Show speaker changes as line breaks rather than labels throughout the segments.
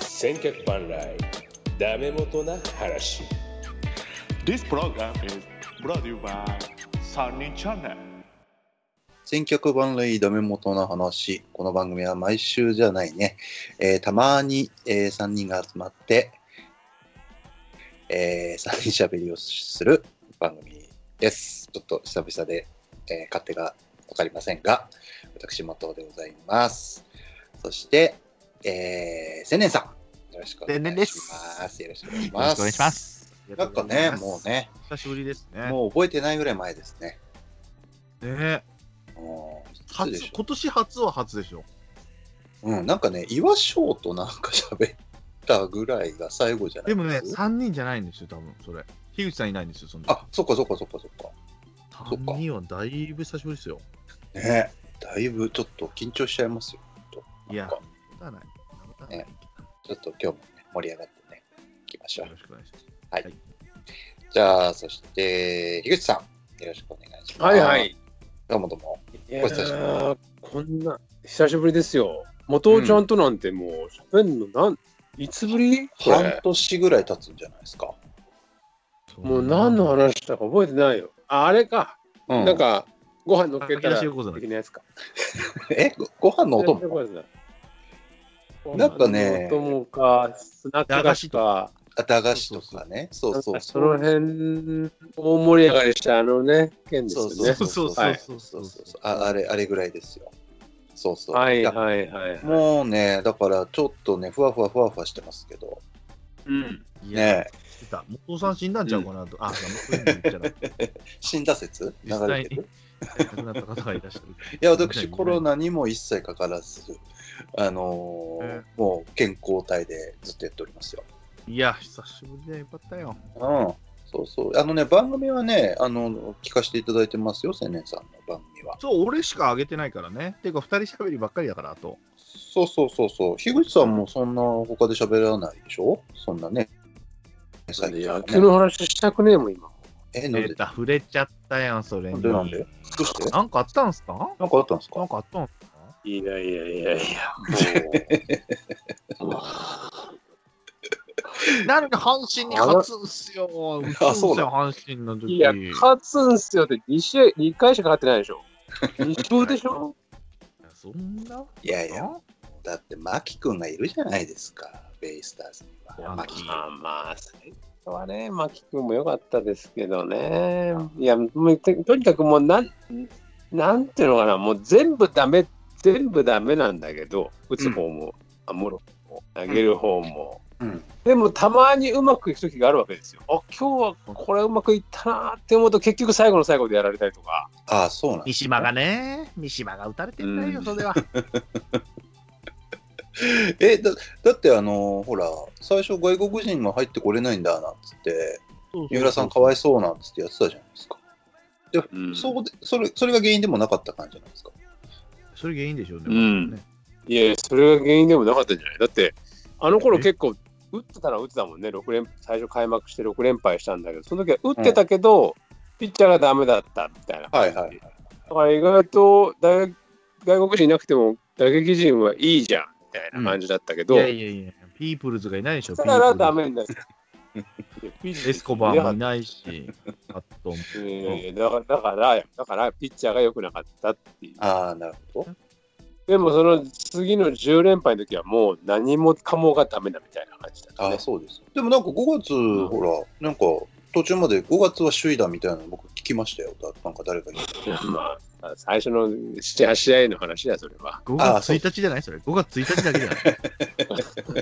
千客万来ダメ元な話
This program is brought to you by Sunny Channel.
千客万来ダメ元な話。この番組は毎週じゃないね。えーたまに、え3人が集まって、え3人喋りをする番組です。ちょっと久々で、えー勝手がわかりませんが、私、元でございます。そして、えー千年さん。よろしくお願いし
千年
ま。
ですす
よろしくお願いし
よろし
ま
く
す。
お願いしま。す。
なんかね、もう。ね、
久しぶりですね。
もう覚えてないぐらい前ですね。
ね
もういつで
初
しょう
今年初は初でしょ。
うん、なんかね、岩翔となんか喋ったぐらいが最後じゃな
で
い
もね、
す
3人じゃないんですよ、多分それ。樋口さんいないんですよ、その時。
あ、そっかそっかそっかそっか。そっか
3人はだいぶ久しぶりですよ。
ねだいぶちょっと緊張しちゃいますよ。
いや、
そっ
こ
か
とはない。ことはない
ねちょっと今日もね、盛り上がってね、いきましょ
よ
う
ろ。しくお願いします。
じゃあ、そして、樋口さん、よろしくお願いしま
は
す。
いはい。。
どうもどうも。
いや
お久しぶり
ーこんな、久しぶりですよ。元尾ちゃんとなんてもう、喋んのなん、いつぶりこれ
半年ぐらい経つんじゃないですか。
もう何の話したか覚えてないよ。あ、あれか。
う
なん、か、ご飯乗っけ
駆
た
け
ら
出し、横綱
的なやつか。
え、ごご飯のお供なんかね
お供か、スナック菓子か、
あ駄菓子とかね。そうそう
そ
そ
の
う。
辺、大盛り上がりしたあのね、件です
そ
よ
う
ね。
そう
はい
そうそうそうそう。ああれ、あれぐらいですよ。そうそう。
はい
だ
はいはい。
もうね、だからちょっとね、ふわふわふわふわしてますけど、
うん。
いや、
ね
知ってた。元尾さん死んだんちゃうかなと。あ、そう元尾さん言っちゃなくて
死んだ説流
実際
れ
に
てる
亡くなった方がいらっしゃる。
いや、私、コロナにも一切かからず、あのー
ええ
もう健康体でずっとやっておりますよ。
いや、久しぶりでよかったよ。
うん。そうそう。あのね、番組はね、あの、聞かせていただいてますよ、千年さんの番組は。
そう、俺しか上げてないからね。ていうか、2人喋りばっかりだから、あと。
そうそうそうそう。樋口さんもそんな他で喋らないでしょそんなね。最近は
野
ね
球の話したくねえもん、今。
え、なんで
出た、触れちゃったやん、それ
なん
に。
でなんでどうして
なんかあったんすか
なんかあったんですか
なんかあったんすか
いやいやいやい や、もう。も
なのに阪神に勝つんすよ。打つんす
そうな
よ、阪神の
う
時。
いや、勝つんすよって2試合、2回しか勝ってないでしょ。2勝でし ょ
そんない
やい
い
や、だって、牧君がいるじゃないですか、ベイスターズには。
牧
牧
まあまあ、最初はね、牧君も良かったですけどね。いや、もうととにかくもうなん、なんていうのかな、もう全部ダメ、全部ダメなんだけど、打つ方も、あもろも、投げる方も。
うん
でもたまにうまくいく時があるわけですよ。あ今日はこれうまくいったなーって思うと結局最後の最後でやられたりとか。
ああ、そうなん
三島がね、三島が打たれてんだよ、
うん
それは。
えだ、だって、あのほら、最初外国人が入ってこれないんだなんつって、三浦さんかわい
そ
そうなんつってやってたじゃないですか。そうでそれそれが原因でもなかった感じじゃないですか。
う。それ原因でしょうね。
うん
ね
いやいや、それが原因でもなかったんじゃないだって、あの頃結構、打ってたら打ってたもんね、6連最初開幕して6連敗したんだけど、その時は打ってたけど、ピッチャーがダメだったみたいな。
はいはいはい。
だから意外と大学外国人いなくても、打撃陣はいいじゃんみたいな感じだったけど、
いやいやいや、ピープルズがいないでしょ。
だからダ
ピー
メになった。エ
プルズエスコバーもいないし、あと、
えーだから、だから、だから、ピッチャーが良くなかったっていう。
ああ、なるほど。
でも、その次の10連敗の時は、もう何もかもがダメだみたいな感じだった
あ
ね
あ、。そうです。でもなんか5月、
うん
ほら、なんか途中まで5月は首位だみたいなの僕聞きましたよ。だなんか誰かに。
まあ、最初の7、8試合の話だ、それは。
5
あ
月1日じゃないそれ。5月1日だけじ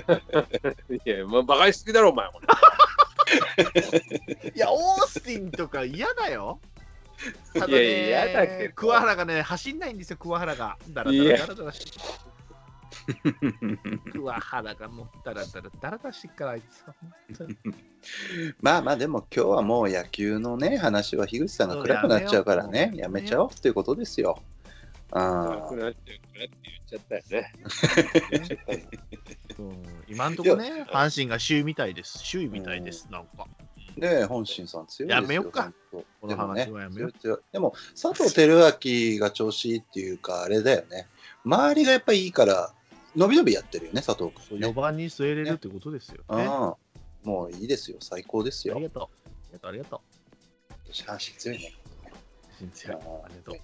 ゃない
いや、まあ、バカにしすぎだろ、お前。これ
いや、オースティンとか嫌だよ。ただね、
いや嫌だけど
桑原がね、走んないんですよ、桑原が。だら
い
だら
や
だらだらし桑原がもうだらだらだらだらしてっから、あいつは。
まあまあ、でも今日はもう野球のね、話は樋口さんが暗くなっちゃうからね、
そう
や
やめ
め
よう
ちゃおうっていうことですよ。あ
な
あ
く。なっちゃうからって言っちゃったよね。
うん今んとこね、阪神が首位みたいです。首位みたいです、なんか。
ねえ、本心さん強いで
や
す
めようか。
ちゃんと
この話はやめよう
でもね強い強いでも、佐藤輝明が調子いいっていうか、あれだよね。周りがやっぱりいいから、伸び伸びやってるよね、佐藤
そう
君、
4
ね。
番に据えれるってことですよ、ね。あ
ああもういいですよ、最高ですよ
り。がとう。ありがとう。ありがと
阪神強いね。
う。しんちゃん、ありがとう。
あ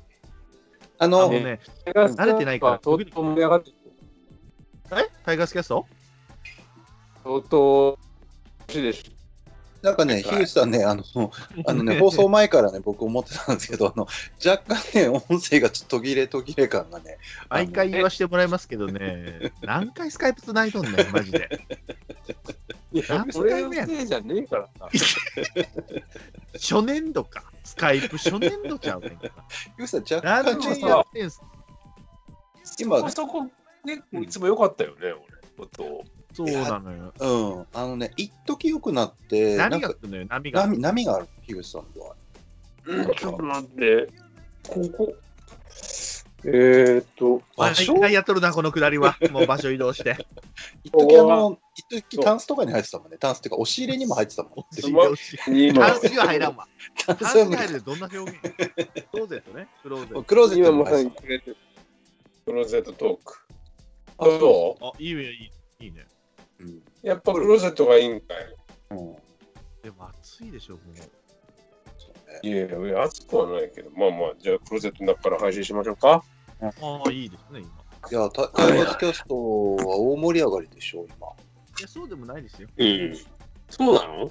あの
の、
ね、
慣
れてないから
相当盛り上がって、
えタイガースキャスト
相当、欲しいです。
なんかね、樋口さんね、あの、あのね、 放送前からね、僕思ってたんですけど、あの、若干ね、音声がちょっと途切れ途切れ感がね、
毎回言わしてもらいますけどね、何回スカイプ繋いとんねん、マジで。
いや
何、
これ
回
の
目や
せいじゃねえからさ。
初年度か。スカイプ初年度ちゃうねんか
樋口さん
ら。
若
何
干
年
ね、
やってんす
今
あ、そこ、結構いつも良かったよね、俺。音
そうなのよ。
うん、あのね、一時良くなって、なん
波が
か
来るのよ、波が。
波波がある、樋口さんとは。
ちょっと待って、ここ。えーっと、
毎
場所
回やっとるな、このくだり は。もう場所移動して。
一時あ
こ
の、一時タンスとかに入ってたもんね、タンスっていうか、押し入れにも入って たもん。
押し
す
入
ご
れ
い
押し入
に
れ
今
タンスには入らんわ。
タン
タン
ス
スに
に
入るってどんな表現クローゼットね。クローゼット。
クローゼッ
今
ト
ま
にも入
さ
って
に
た
くれてる。クローゼットトーク。
あそう
ど
あ、いいね、いいいいね。
うん
うやっぱクローゼットがいいんか
うん
でも暑いでしょ、もう。
そうね
いいやいや、暑くはないけど、まあまあ、じゃあクローゼットの中から配信しましょうか。
ああ、いいですね、今。
いや、タタイガースキャストは大盛り上がりでしょ、今。
いや、そうでもないですよ。
うん。そうなの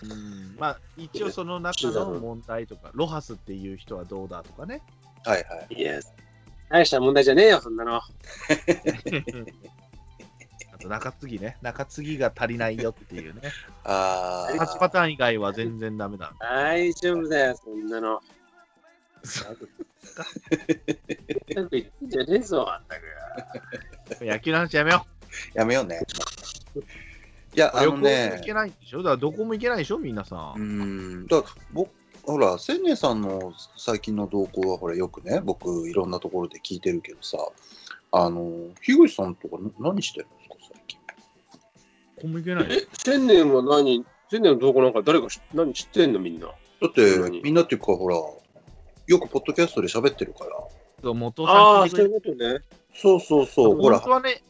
うんまあ、一応その中の問題とか、ロハスっていう人はどうだとか ね。
はいはい。
いや、大した問題じゃねえよ、そんなの。
あと中継ぎね。中継ぎが足りないよっていうね。
あー
8パターン以外は全然ダメだ。
大丈夫だよ、そんなの。全く言ってんじゃねえぞ、あんたが。
野球の話やめよ
やめようね。いや、
う。
あ
旅行
の
も
ね
行、けないんでしょだからどこも行けないでしょ皆さ。
うんん、だから僕、ほら、千年さんの最近の動向は、ほら、よくね、僕、いろんなところで聞いてるけどさ、あの、樋口さんとか何してるんですか、最近。
どこも行けない。
え、千年は何千年の動画なんか誰か知何知ってんの、みんな。
だって、みんなっていうか、ほら、よくポッドキャストで喋ってるから。
元
ああ、
さん
そういうことね。
そうそうそう、ほ
本
ら
当、はね、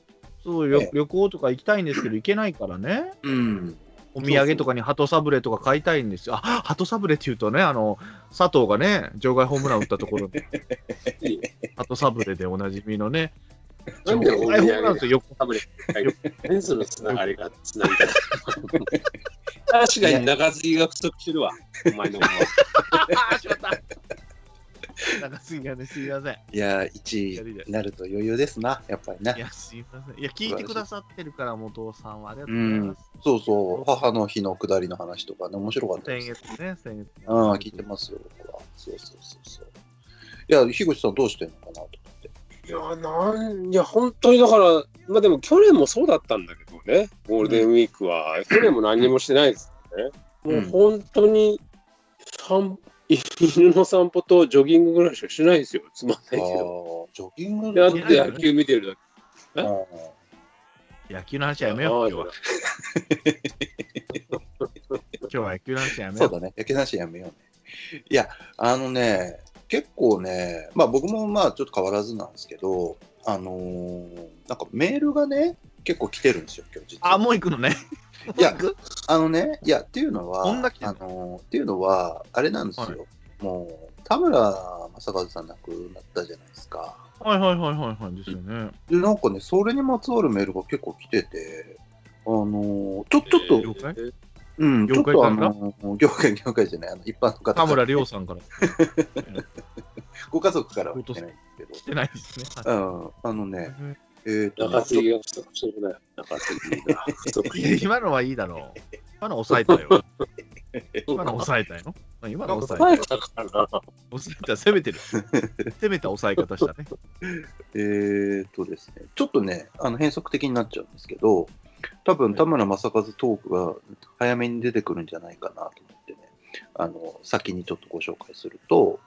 そうよ
ええ
旅行とか行きたいんですけど、行けないからね。
うん。
お土産とかに鳩サブレーとか買いたいんですよ。あ、鳩サブレーっていうとね、あの、佐藤がね、場外ホームラン打ったところ で鳩サブレーでおなじみのね、
なんで
場
お
外ホー
土
ムラン
産
と横
タブレット。そのつながりがつながりが。確かに中継ぎが不足してるわ。お前の方は。
ああ、しまった。なんかすいません、すいません。
いや、1位になると余裕ですな、やっぱり
い
ね。
や、すいません。いや、聞いてくださってるから、元さんはありがとうござい
ん
ます。
そうそう、母の日の下りの話とかね、面白かったで
先
す。
月ね、先月。
うん、聞いてますよ、僕は。そうそうそうそう。いや、樋口さんどうしてんのかなと思っ
い
て。
や、なん、いや、本当にだから、まあでも去年もそうだったんだけどね、ゴールデンウィークは、去年も何にもしてないですよね。
うん
もう本当に散犬の散歩とジョギングぐらいしかしないですよ、つまんないけ
あ
ど。
ージョギング
やっ
い
て
や
野球見てるだけ。
うん
野球の話はやめよう。今日は、今日は野球の話はやめ
そ
よ
うだね、焼けなしやめようね。いや、あのね、結構ね、まあ僕もまあちょっと変わらずなんですけど、あのーなんかメールがね、結構来てるんですよ、今日実は
あ、もう行くのね。
いや
もう行く
あのね、いや、っていうのは、
こんな来てん
あ
の
のっていうのは、あれなんですよ、
はい
もう、田村正和さん亡くなったじゃないですか。
はいはいはいはいはいですよね。
で、なんかね、それにまつわるメールが結構来てて、あのちょ、ちょっと、
了解
うん、ちょ
業
っ
界
とあ
からな
の業 界、業界じゃない、あの一般の方
田
から、
村亮さんから
ご家族からは来てないんですけど
来、てないですね。
うん、あのね、えー、と
中
ね、
継ぎが不足してるね。中継ぎが不足
い
し
や
てる。
今のはいいだろう。今の抑えたよ。今の抑えたよ。今の抑えた
抑えたかな。
抑えた、攻めてる。攻めた抑え方したね。
えー、とですね、ちょっとね、あの変則的になっちゃうんですけど、多分田村正和トークが早めに出てくるんじゃないかなと思ってね、あの先にちょっとご紹介すると、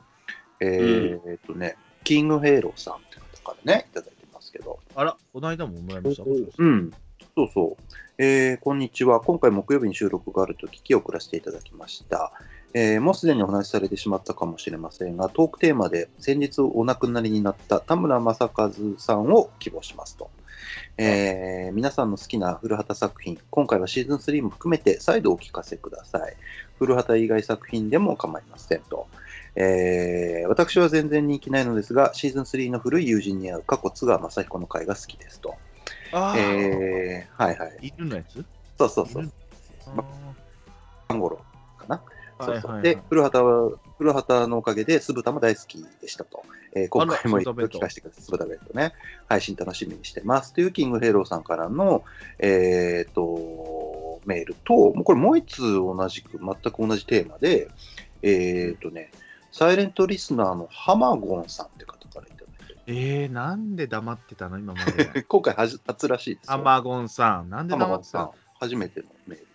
えー、とね、キングヘイローさんって方からね、いただいてますけど、
あら、この間ももらいました。
うん、そうそう。えーこんにちは。今回木曜日に収録があると聞き遅らせていただきました。えーもうすでにお話しされてしまったかもしれませんが、トークテーマで先日お亡くなりになった田村正和さんを希望しますと。えー皆さんの好きな古畑作品、今回はシーズン3も含めて再度お聞かせください。古畑以外作品でも構いませんと。えー私は全然人気ないのですが、シーズン3の古い友人に会う過去津川雅彦の回が好きですと。
あ
えーはいはい。
犬のやつ
そうそうそう。
あ
半五郎かな。
ー
そう
はい
そ
は
う
いは
で
い、
古畑は、古畑のおかげで酢豚も大好きでしたと。えー今回も
あら酢
一
豚
度
弁当
聞かせてください。酢豚弁当ね。配信楽しみにしてます。というキングヘイローさんからの、えー、と、メールと、もうこれもう一つ同じく、全く同じテーマで、えー、とね、サイレントリスナーのハマゴンさんって方からいただいて
えー、なんで黙ってたの今ま では。
る、今回はじ初らしいですよ。
アマゴンさん、なんで
浜
黙っ
本
て
さ
た
ん、初めてのメール
え
で。
ー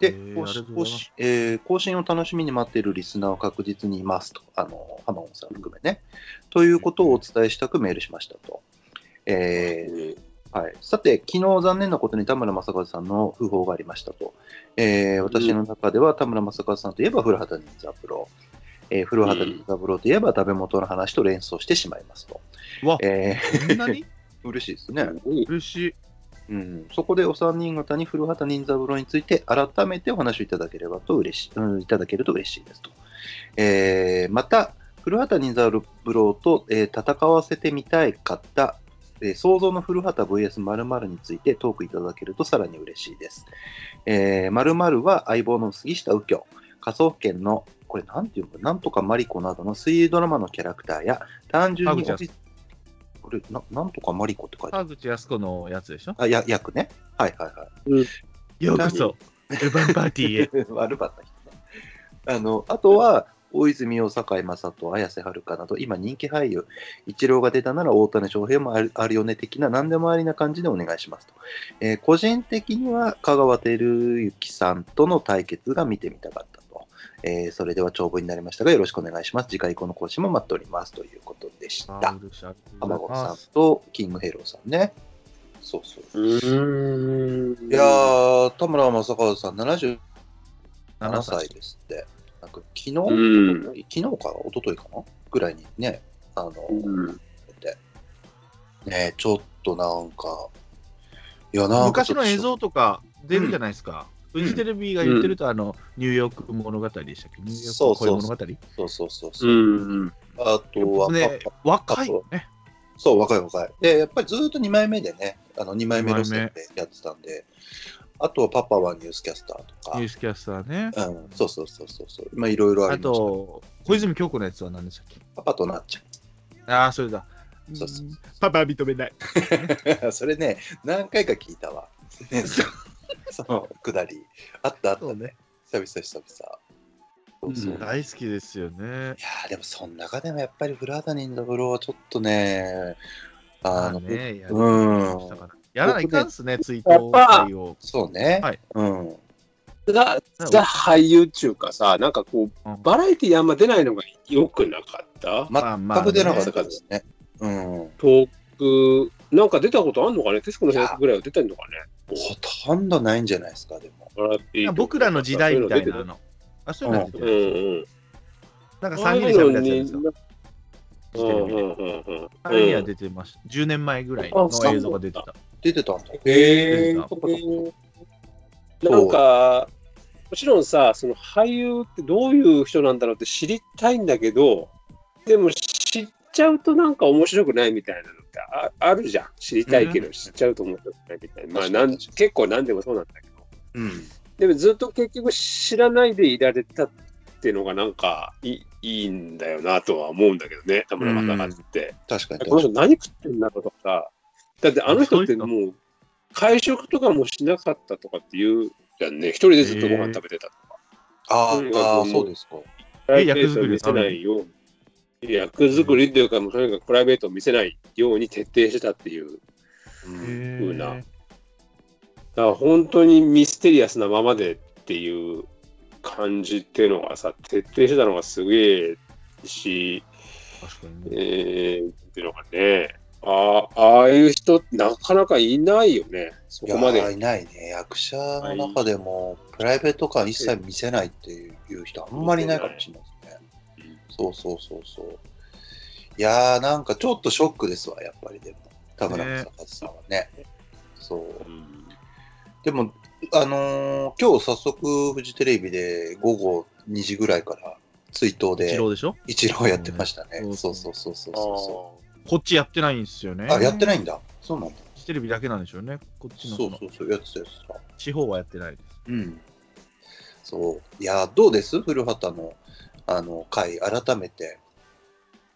で、更
ありが
新
とう
更
ございます
新えー更新を楽しみに待っているリスナーを確実にいますと、あの浜本さん含めね。ということをお伝えしたくメールしましたと。えーはい、さて、昨日残念なことに田村正和さんの訃報がありましたと、えー私の中では田村正和さんといえば古畑任三郎、えー古畑任三郎といえば食べ元の話と連想してしまいますと、
うわ、
え
こんなに
ー嬉しいですね。
嬉しい。
うん、そこでお三人方に古畑任三郎について改めてお話をいただければと嬉しい、うん、いただけると嬉しいですと。えーまた、古畑任三郎と、えー戦わせてみたいかった、えー想像の古畑 VS 〇〇についてトークいただけるとさらに嬉しいです。えー、〇〇は相棒の杉下右京、科捜研の、これなんていうのなんとかマリコなどの推理ドラマのキャラクターや、単純に
田口
これな、なんとかマリコって書いてある
田口靖子のやつでしょ
あ、や、役ね。はいはいは
ようこそ、ルバンパーティーへ。
い。 悪かった人ね。あの、あとは、大泉洋、坂井雅人、綾瀬はるかなど、今人気俳優、一郎が出たなら大谷翔平もあるあるよね的な、何でもありな感じでお願いしますと。えー個人的には、香川照之さんとの対決が見てみたかったと。えーそれでは長文になりましたが、よろしくお願いします。次回以降の更新も待っております。ということでし
あ
た
ー。嬉しいありがとうご
浜子
ざい
さ
ま
ん
す
と、キングヘイローさんね。そうそう。
うん。
いやー、田村正和さん、70 7
7
歳
歳。
ですって。なんか昨日、
うん
昨日かな一昨日かなぐらいにね、あの、
うん。
て。ねえちょっとなんか、いや、なんか
昔
ちょっと
の映像とか出るじゃないですか。
うん
フジテレビが言ってると、あの、ニューヨーク物語でしたっけニューヨーク恋物語
そうそうそうそう、
うん。
あとは、
ね、若いよね。
そう、若い若い。で、やっぱりずっと2枚目でね、あの2枚目路線でやってたんで、あとはパパはニュースキャスターとか
ニュー、スキャスターね。
うん、そうそうそうそうそう、まあいろいろあ
あ
りまし
と、小泉京子のやつは何でしたっけ
た。パパとなっちゃ
ああ、それだ。
そうそうそう
パパは認めない。
う。 それね、何回か聞いたわ。 ね、そそのくだり。あったあった
そうね。
久々久々。そうそう
うん
いや
大好きですよね。
ーでもその中でもやっぱり古畑任三郎はちょっとね、
まあ
あの、
ね、やり
うん
ましたからやらないかんっすね、追悼会を。
そうね、
はい
うん、
ザ、ザ俳優中かさ、なんかこ
う
う、
ん
バラエティーあんま出ないのが良くなかった
まあまあ
全く出なかったですね。うん、
トーク、なんか出たことあんのかね徹子の部屋ぐらいは出てんのかね
ほとんどないんじゃないですか、でも。
バラエティーとか
僕らの時代みたいな。の。あ、そういうのやって
そう
たよ
いうの出てるうんうん。ああいうの
なんか三人で喋るや
に
つなんですよ。
うんうんうんうん
三人は出てました。10年前ぐらいの映像が出てた。
出てたんだ。
へえ
なんか
なんか、もちろんさ、その俳優ってどういう人なんだろうって知りたいんだけど、でも知っちゃうとなんか面白くないみたいなのってああるじゃん。知りたいけど知っちゃうと面白くないみたいな。まあなん
確かに確かに
結構何でもそうなんだけど。
うん、
でもずっと結局知らないでいられたっていうのがなんかいいいいんだよなとは思うんだけどね、田村正和って。
確かに
この
確か
人
に。
何食ってんだろうとか、だってあの人って
そう
もう、会食とかもしなかったとかっていうじゃんね、一人でずっとご飯食べてたとか、
あ
うん
ーあー、そうですか。
プライベ
役
ー
作
トを
りの
見
た
せ
めに
ないように、役作りというか、もうとにかくプライベートを見せないように徹底してたっていう、
うん
うなだから本当にミステリアスなままでっていう感じっていうのがさ、徹底してたのがすげえし、
確かにね。
えー、っていうのがね、ああああいう人、なかなかいないよね、そこま
いやー
で。
いないね。役者の中でも、プライベート感一切見せないっていう人、あんまりいないかもしれないですね。そうそうそうそう。いやー、なんかちょっとショックですわ、やっぱりでも。田村正和さんはね。そう。
うん
でも、あのー今日早速、フジテレビで午後2時ぐらいから、追悼
一
で
郎でしょ
一郎やってましたね。
うん
そうそうそうそうそ
こっちやってないんですよね
う。。あ、やってないんだ。そうなんだ。
フジテレビだけなんでしょうね。こっちの
そうそうそう、やってたやつだ。
地方はやってないです。
うん。そう。いやー、どうです古畑の、あの、回、改めて。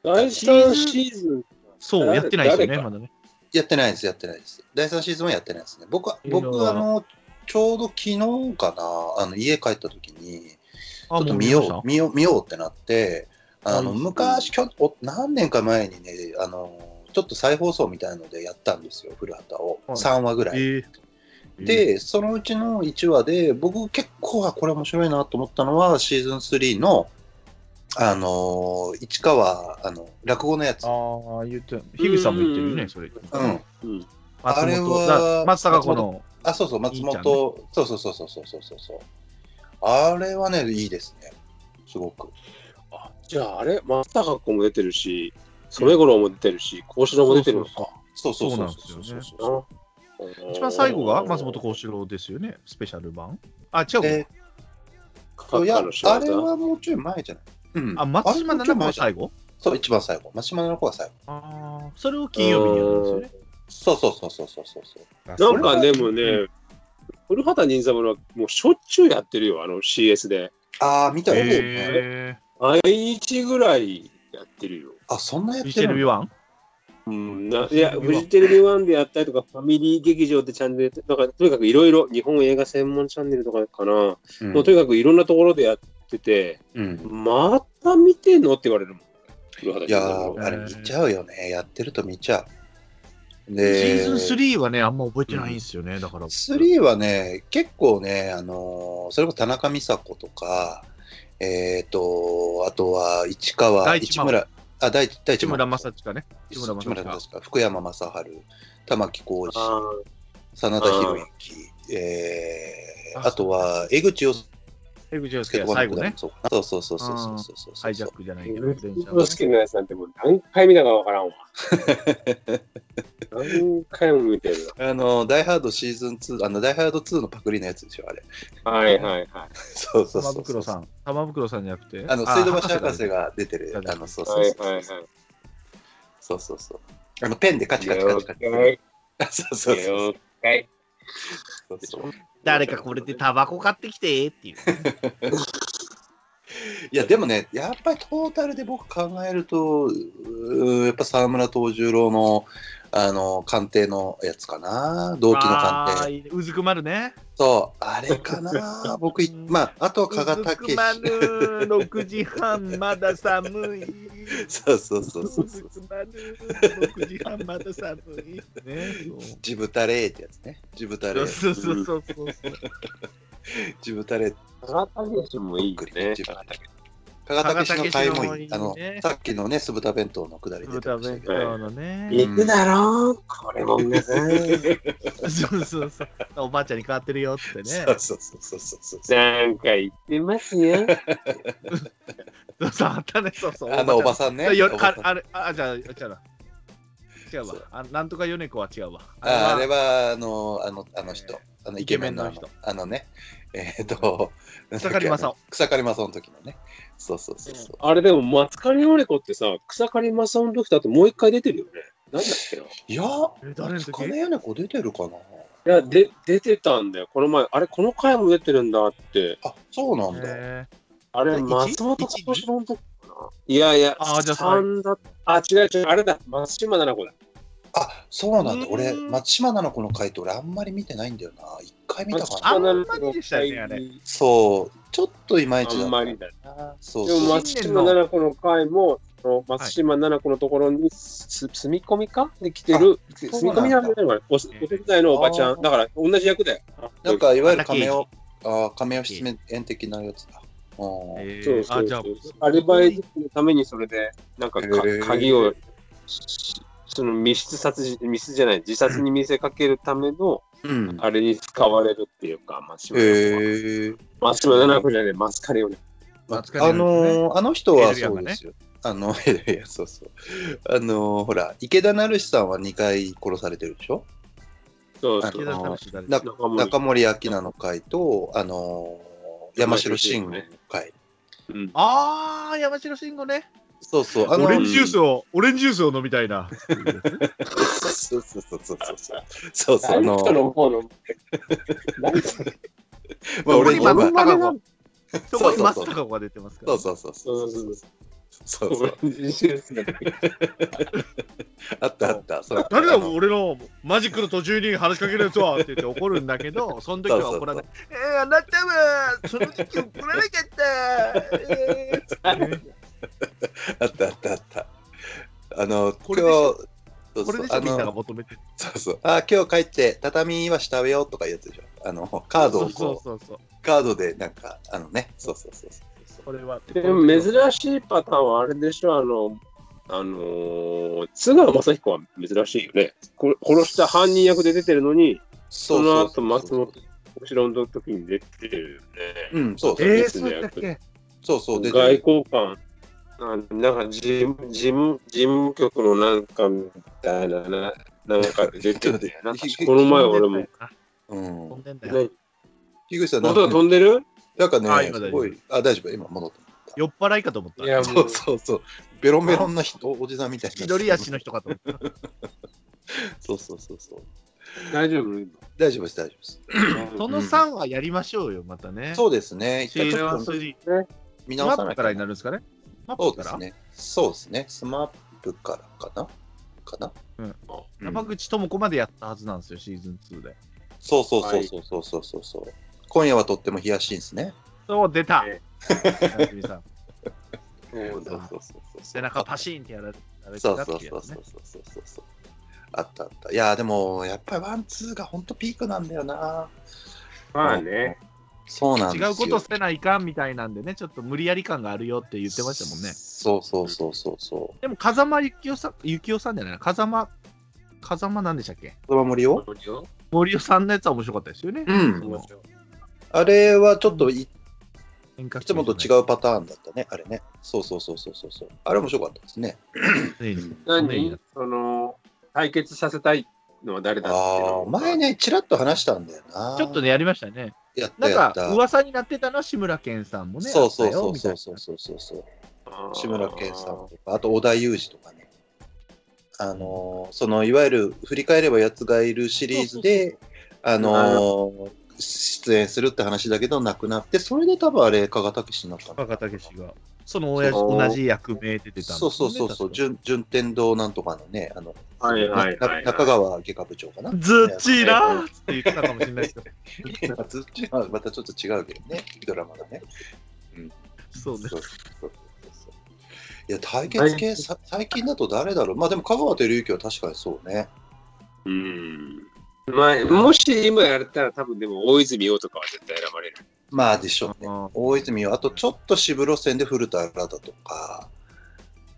第3シーズン、
そう、
誰
やってないですよね、
誰か
まだね。
やってないです、やってないです。第3シーズンはやってないですね。僕は、
い
僕
やー
あの、ちょうど昨日かな、あの、家帰った時に、ち
あ
ょっと見
見ました
よう、見よう、見ようってなって、あの、
うん
昔、きょお何年か前にね、あの、ちょっと再放送みたいのでやったんですよ、古畑を。
はい
3話ぐらい。
えー、えー、
で、そのうちの1話で、僕結構、あ、これ面白いなと思ったのは、シーズン3の、あのー市川、あの、落語のやつ。
ああ、言って、樋口さんも言ってるよね、それ。
うん。
うん
松
あれ
本、
は
だ松坂子の。
あ、そうそう、松
いいじゃんね
本、そうそうそうそうそうそうそうそう。あれはね、いいですね。すごく。
あじゃあ、あれ、松たか子も出てるし、染五郎も出てるし、幸四郎も出てるのか。
そうそうそう
そうなんですよね
そう
うん
一番最後が松本幸四郎ですよね、スペシャル版。あ、違うか、
え
閣
ーいや、
下の仕業
あれはもうちょい前じゃない。うん。
あ、松島菜
島
々子が
前じゃない
最後
そう、一番最後。松島菜々子が最後。
ああ、それを金曜日にやるんですよね。
そうそうそうそうそうそうそう。
なんかでも
う
ね、古畑任三郎はもうしょっちゅうやってるよ、あの CS で。
ああ、見たことね。
え
毎日ぐらいやってるよ。
あ、そんなや
ー、
っ
フジ
て
テレ
るの
ビワン
うん、ないや、
フジテレビ
フジテレビワンでやったりとか、ファミリー劇場でチャンネルで、なんかとにかくいろいろ、日本映画専門チャンネルとかかな、
うん
もうとにかくいろんなところでやってて、
うん
また見てんのって言われるもん。古畑
いや
任三郎
ー、
ね
あれ見ちゃうよね。やってると見ちゃう。
シ
で、
ーズン3はね、あんま覚えてないんですよね、だから。
3はね、結構ね、あのーそれこそ田中美佐子とか、えっ、と、あとは市川、
大地
市
真央
村、あ、大地大地
市
真
村
央
正親ね。市村
市
正
村
親。
正親福山雅治、玉置浩二、
あー
真田広之、えー、
あ
あとは江口洋介
江口洋介
と
が
か
最後ね、
そうかなそうそうそうそうそうそう
ハ
そう
イジ
そ
ャ
う
ッ。クじゃないけど、電車
ブ
の
ロスケのやつなんてもう何回見たかわからんわ。何回も見てる
あの、ダイハードシーズン2、あの、ダイハード2のパクリのやつでしょ、あれ。
わ。はいはいはい。
そうそうそうそう。
玉袋さん。玉袋さんじゃなくて、
あの水道橋博士
が。
が出てる、
博士が出てる
あのそう
は
そう
い
そう
はい
そ
は
う
い。
そうそうそうあのペンでカチカチカチカチ。あ そうそうそう
了解
そうそう。
誰かこれでタバコ買ってきてっていう。
いやでもね、やっぱりトータルで僕考えると、うーやっぱ沢村藤十郎のあの鑑定のやつかな、動機の鑑
定。
定。
うずくまるね。
そう、あれか な、僕い、まあ、あとは加賀武
うずくま
史。
る、6時半、まだ寒 い。
そうそうそうそううそ
ず
う。
くまる、6時半、まだ寒い。 ね、
ジブタレーってやつね。ジブタレ
そう
ー。
そうそうそうそう。
ジブタレー。
加賀武史もいいよね。
ジブタレー加賀武史の買いもいい。
加
あ
賀武
の
史のいいね、
さっきのね、酢豚弁当のくだり出て
豚
ました
弁
けど。
当のね。
行くだろうこれもね。
そうそうそう。おばあちゃんに変わってるよってね。
そうそうそうそうそうそう。
なんか言ってますよ。
そうそう、あったね。そうそう。
あのおば
さ
さんね。
よ
おばさ
あ
ん
あれ、あ、じゃあ、違うな。違うわ
そう。
あなんとか米子は違うわ。
ああれ
は
はあのあのあの人、
えー
あのイケメンのあ
イ
の
ケメ
あのね、えっ、と
草刈正雄。
草刈正雄の時のね。そうそうそうそう。
あれでも、松刈り森子ってさ、草刈正雄の時だともう一回出てるよね。なんだっけな。い
いや、
え誰の時
塚根屋子出てるかな。
や、で出てたんだよ。この前、あれ、この回も出てるんだって。
あ、そうなんだ。
へ
あれ、
一
松本幸四郎の時かな。いやいや、
あーじゃあそれ
三だあ、違う違う、あれだ、松島菜々子だ。
あ、そうなんだ。
うん
俺松島菜々子の回答俺あんまり見てないんだよな。一回見た
松
か
島菜
な。
々
あんまりでしたよねあれ
そう、ちょっといまい
あ
ちだ
ん
った
まりだ。
な。そう
でも
そう。
松島奈々子の回も、その松島奈々子のところにす、住み込みかで来てる、
そう
住み込みなんじゃないのかなおお手伝いのおばちゃ
あ
ん。
ー
だから同じ役だよ。
なんかいわゆる
あ
亀を、あー亀を出演的なやつだ。うん
え
そうそうそう
あ、じゃあ、
アルバイトのためにそれで、なんかか
へー
鍵をしその密室殺人、密室じゃない、自殺に見せかけるための、
うん。
あれに使われるっていうか、マシュマロナイフは。
へえ。
マシュマロナイフじゃない、マスカレオね。
まあ疲れる
あ
やつね
のーあの人は
エルヤ
そ
ン
う
がね
ですよ。あの、エルヤ、そうそう。あのーほら、池田成志さんは2回殺されてるでしょ
そう
あ
そ
池
う。
田
中
さんの知られて
だ
る
か
森
中森明菜の回と、あのー山城慎吾の回。
うん
あー、山城慎吾ね。
そうそう。あ
オ
の
レンジジュースを、オレンジジュースを飲みたい な。
そうそうそうそうそうそう。そうそう。あ
何
の
その方の。何
まあ、
そこ
俺
に
今、
松
まあ
たか
そ
子。そこに
そうそう
松
そう
たか子が出てますから
そ
ね。
うそうそうそ
そうう。そうそ
そうそう
う。オレンジジュースが
あったあった。そう
誰だ
あの
俺のマジックの途中に話しかけるやつはって言って怒るんだけど、その時は怒らない。えー、あなたはその時怒らなかった。えー
あったあったあった。あの、
こ
今
れ
日
でしょ、
そう
これ
そ
で
う
し
あ
ょ、みんなが
の
求めてる。
そうそうあ今日帰って畳は下食べようとかいうやつでしょ。あの、カードをこう、
そうそうそうそ
カードでなんか、あのね、そうそうそうそう
う。これは。
でも珍しいパターンはあれでしょ、あの、あのー津川雅彦は珍しいよね。こ殺した犯人役で出てるのに、
そ
そうの
そう
後松本後ろの時に出てるよね。
うん、そうそう、
えー、
別
そ
の
うだっ
役
け
そうそう、出て
外
る。
交官、あなんか事務事務事務局のなんかみたいな、ななんか出てて、なんかこの前俺も、ね、
うん
飛ん。でんだよ。
音
樋口さん、な
が
んか
飛んでる
なんかね
あ、今大
す
丈夫
ごい、あ、大丈夫、今戻った。
酔っ払いかと思った。
や
そうそうそう、ベロンベロンな人、おじさんみたいな。
千鳥足の人かと思った。
そうそうそうそう。
大丈夫
大丈夫です、大丈夫です。
その3はやりましょうよ、またね。
そうですね。
シー
ち
ズン
ょっと
3。
見
マ
直さ
ップ
なきゃ
からになるんですかねマ
そ
ッ
う
プ
で
か
す
ら
ね。そうですね。スマップからかなかな、
うん
う
山口智子までやったはずなんですよ、シーズン2で。
そうそうそうそうそうそうそうそう。今夜はとっても冷やしいんですね。
そう、出た
え
夏美さん
そう
そう
だ
そうそうそう。
背中パシーンってやられてたってい
そうそうそう
やつ
そ
ね
うそうそうそうそう。あったあった。いやーでもやっぱりワンツーが本当ピークなんだよな。
まあね、
そうなんですよ。
違うことせないかんみたいなんでね、ちょっと無理やり感があるよって言ってましたもんね。
そうそうそうそうそう。
でも、風間幸雄さん、幸雄さんじゃないな、風間、風間なんでしたっけ
子供森を？
森尾さんのやつは面白かったですよね。
うん。あれはちょっといい
い
つもと違うパターンだったね。あれね。そうそうそうそうそうそう。あれ面白かったですね。
うん。
何その対決させたいのは誰だっていう
あ
の
あ前ねちらっと話したんだよな。
ちょっとね、やりましたね。
やっ
な
たや
ん
った。
か、噂になってたのは志村けんさんもね。
そうそう
あ
そ
ったよ
う
みたい
そう
な
そうそうそうそう。
あー
志村けんさんとか、あと織田裕二とかね。あのーそのいわゆる振り返ればやつがいるシリーズで、あのー出演するって話だけど亡くなって、それで多分あれ加賀武史になったの。
若竹氏が。その親父と同じ役名で出たん
そうそうそうそう、
ず
順順天堂なんとかのね、あの、
はいはいはいはい
な中川外科部長かな。
っち ーなーって言ってたかもしれないですけど。
ずっちはまたちょっと違うけどね、ドラマがね。
そうね。
そうそうそうそういや、対決系、さ最近だと誰だろう。まあでも、香川照之は確かにそうね。
うんまあ、もし今やれたら多分でも大泉洋とかは絶対選ばれる。
まあでしょうね
うん。
大泉洋、あとちょっと支部路線で古田新太とか。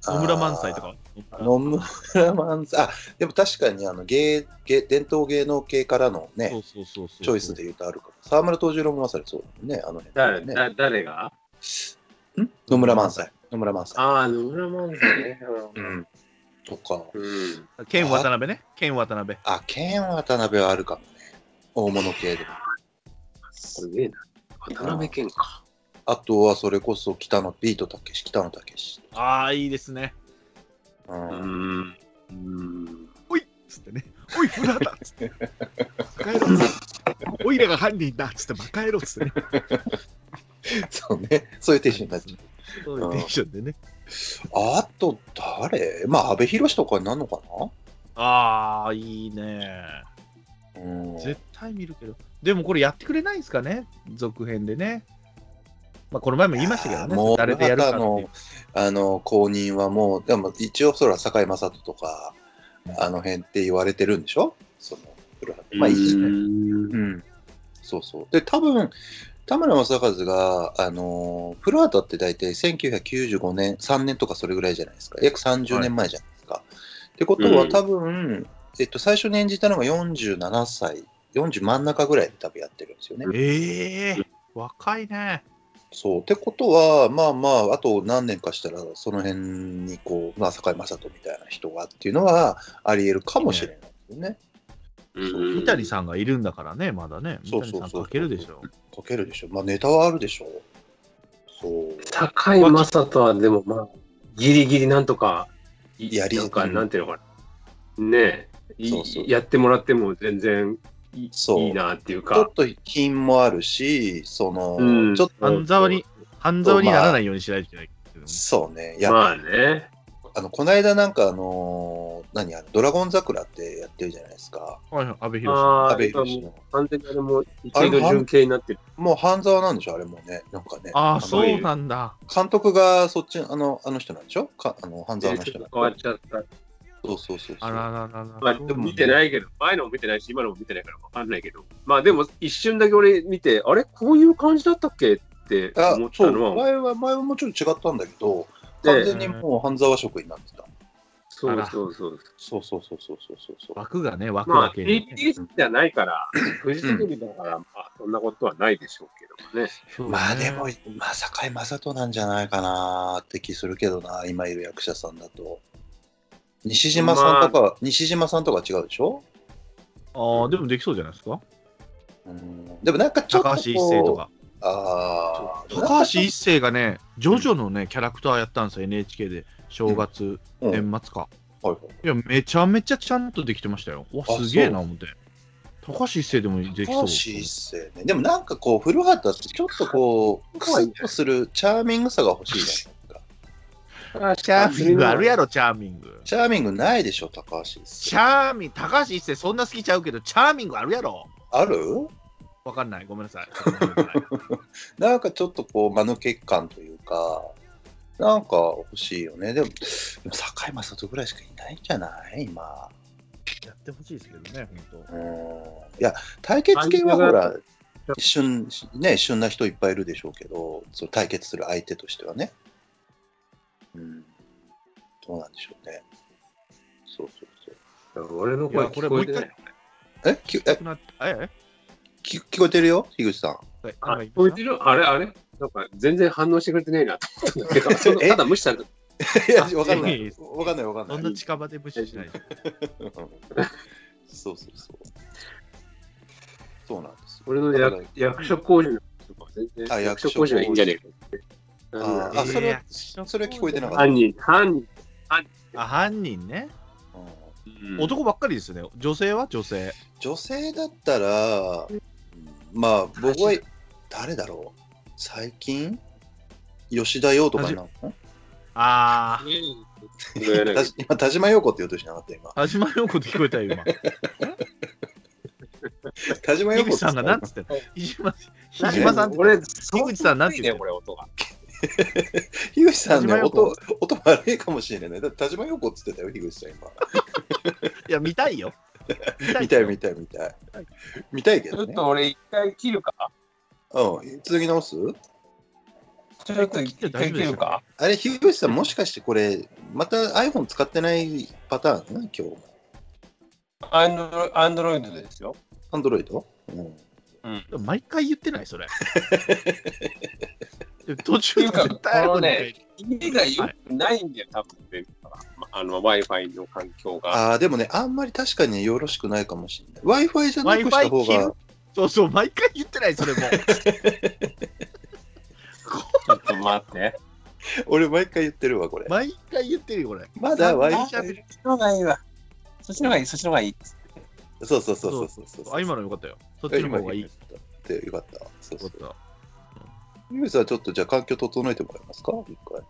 野村萬斎とか。
あー。野村萬斎。あ、でも確かにあの芸芸伝統芸能系からのね、
そうそうそうそう。
チョイスで。言うとあるかも。沢村藤十郎もまさにそうだよね、あの
誰、
辺、ね。
だ誰が
ん野村萬斎。野村萬斎。
ああ、野村萬斎ね。
うん。とか。
うん。
ケン渡辺ね。ケン渡辺。
あ、ケン渡辺はあるかもね。大物系でも。
すげえな。渡辺謙か。
あとはそれこそ北野ビートたけし、北野たけし。
ああ、いいですね。
うん
ん。うん。
つってね。おい、村 だっつって。バカ野郎っつっておいらが犯人だっつって、バカ野郎っつってね。
そうね。そういうテンションになっちゃう。
そういうテンションでね。
あと誰まあ、阿部寛とかになるのか
ああ、いいね。
なうん。
絶対見るけど。でもこれやってくれないんですかね続編でね。まあ、この前も言いましたけど
いやーも
ね。
う
誰でやるかっていう。
あの、後任はもう、でも一応、そら、堺雅人とか、あの辺って言われてるんでしょその、古畑まあ、いいね。うん。そうそう。で、多分、田村正和が、あのー、古畑って大体1995年、3年とかそれぐらいじゃないですか。約30年前じゃないですか。ってことは
うん
多分、えっと、最初に演じたのが47歳、40真ん中ぐらいで多分やってるんですよね。
ええ若いね。
そう。ってことは、まあまあ、あと何年かしたら、その辺にこう、まあ、坂井雅人みたいな人がっていうのは、あり得るかもしれないですよね。
うん
三谷さんがいるんだからね、まだね。
そ
三
うそうそう
谷さんかけるでしょ。
書けるでしょ。まあ、ネタはあるでしょう。そう。
坂井雅人はでもまあギリギリなんとかい
やり
なんか
うん
なんていうのかなねえい
そうそう
やってもらっても全然い
そう
いいなっていう
ちょっ
か
と品もあるし、その、
うん
ちょっと、
半沢に、半沢にならないようにしないといけないけどね。
そうね。いや、
まあね
あの、この間なんかあのー何あの、ドラゴン桜ってやってるじゃないですか。
はいはい、安倍博
あ
安
あ
倍
今
博
も
士
う
の。
完全にあれも一度純系になってる
もう半沢なんでしょあれもね。なんかね。
あ
の
あ、そうなんだ。
監督がそっち、あの、あの人なんでしょかあの、半沢の
ち
人
ょっ
な
と
ん
変わっちゃった
そうそうそうそ
あ
う。
らららら
まあ、
そう
でも
なんだ
見てないけど、前のも見てないし、今のも見てないから分かんないけど、まあでも一瞬だけ俺見て、あれこういう感じだったっけって
あ
思っ
そ
た
う
のは、
前は、前はもうちょっと違ったんだけど、
で
完全にもう半沢職になってた。
そ
あ
う
ら
そうそう。
そうそうそうそうそうそうそう。
枠がね、枠
まあ
だ、けに。
TBS じゃないから、 フジテレビだから、まあそんなことはないでしょうけどね。
そうだね
まあでも、まあ、堺雅人なんじゃないかなって気するけどな、今いる役者さんだと。西島さんとか、西島さんとか違うでしょ
ああ、でもできそうじゃないですか。
うんでもなんかちょっとこう。
高橋一生とか。
ああ。
高橋一生がね、ジョジョのね、キャラクターやったんですよ、NHK で。正月、
うんはい
年末か。
はい
いや、めちゃめちゃちゃんとできてましたよ。わ、
あ
すげえな、思って。高橋一生でもでき
高
そ
橋
う。
一生ね。でもなんかこう、古畑ってちょっとこう、クスッとするチャーミングさが欲しいじゃないですか。
チャーミングあるやろ、チャーミング。
チャーミングないでしょ、高橋一
チ
生。
ャーミング、高橋一生そんな好きちゃうけど、チャーミングあるやろ。
ある
わかんない、ごめんなさい。ごめんなさい
なんかちょっとこう、間抜け感というか、なんか欲しいよね。でも、でも堺雅人ぐらいしかいないんじゃない今。
やってほしいですけどね、本
うーん。いや、対決系はほ
あ
ら
い、
一瞬、ね、一瞬な人いっぱいいるでしょうけど、その対決する相手としてはね。うん。どうなんでしょうね。そうそうそう。
俺の声
いやこれ
聞こえてない。
え、きえ
当。なえ
き聞こえてるよ、樋口さん。
え
あ
なんか
聞
言
こ
い
え
ま
て
し
るあれあれなんか全然反応してくれてねえなと思ったんだけ ど、そのただ無視された。
いや、わかんないい
い。
わかんない、わかん
たそ
ない
ん。な近場で無視しないで。
うんそうそうそう。そうなんですよ。
俺の
だか
役
ら
役所工事の人とか全
あ
然
役
役
所
所
工
工
事
事がいいんじゃねえ
あ
か。
ーあそれ
えー
それは聞こえてなかった
犯人、犯人、
あ犯人ね。
うん
男ばっかりですよね。女性は女性。
女性だったら、まあ、僕は誰だろう。最近吉田洋とかになるの
あ あ。
うん
た今、田島陽子って言うとしなかった、今。
田島陽子って聞こえたよ、今。
田島
井
陽子
口さんが何つってんの井島井島さんって。
俺、井
井口さんなんて言って
これ音が。
樋口さん
田島
ね、
陽子
音、音悪いかもしれない。だって田島陽子って言ってたよ、樋口さん、今。
いや、見たいよ。
見たい、見たい、見たい。見たいけ
ちょ
ど
っ
ね。
と俺一回切るか
うん、続き直す
ちょっと一回切るか
あれ、樋口さん、もしかしてこれ、また iPhone 使ってないパターンね、今日。
アンドロアンドロイドですよ。
アンドロイドうん。
毎回言ってない、そ れ。途中で
っていうか
絶対
このね
iPhone に
家が良くないんだよ、多分ね。まあの Wi-Fi の環境が。
ああ、でもね、あんまり確かによろしくないかもしれない。Wi-Fi じゃなくした方
Wi-Fi 切る
が。
そうそう、毎回言ってない、それも。
ちょっと待って。
俺、 毎回言ってるわ、これ。
毎回言ってるよ、これ。
まだ
毎
Wi-Fi。
回
そっちの方がいいわ。そっちの方がいい、そっちの方がいい。
そうそうそうそうそうそう
あ、今のよかったよ。そっちの方がいい
今
っ
よかったよかった。そう
て
そ
こ
う
と。だ。
ゆうさん、ちょっとじゃあ環境整えてもらえますか一回。
い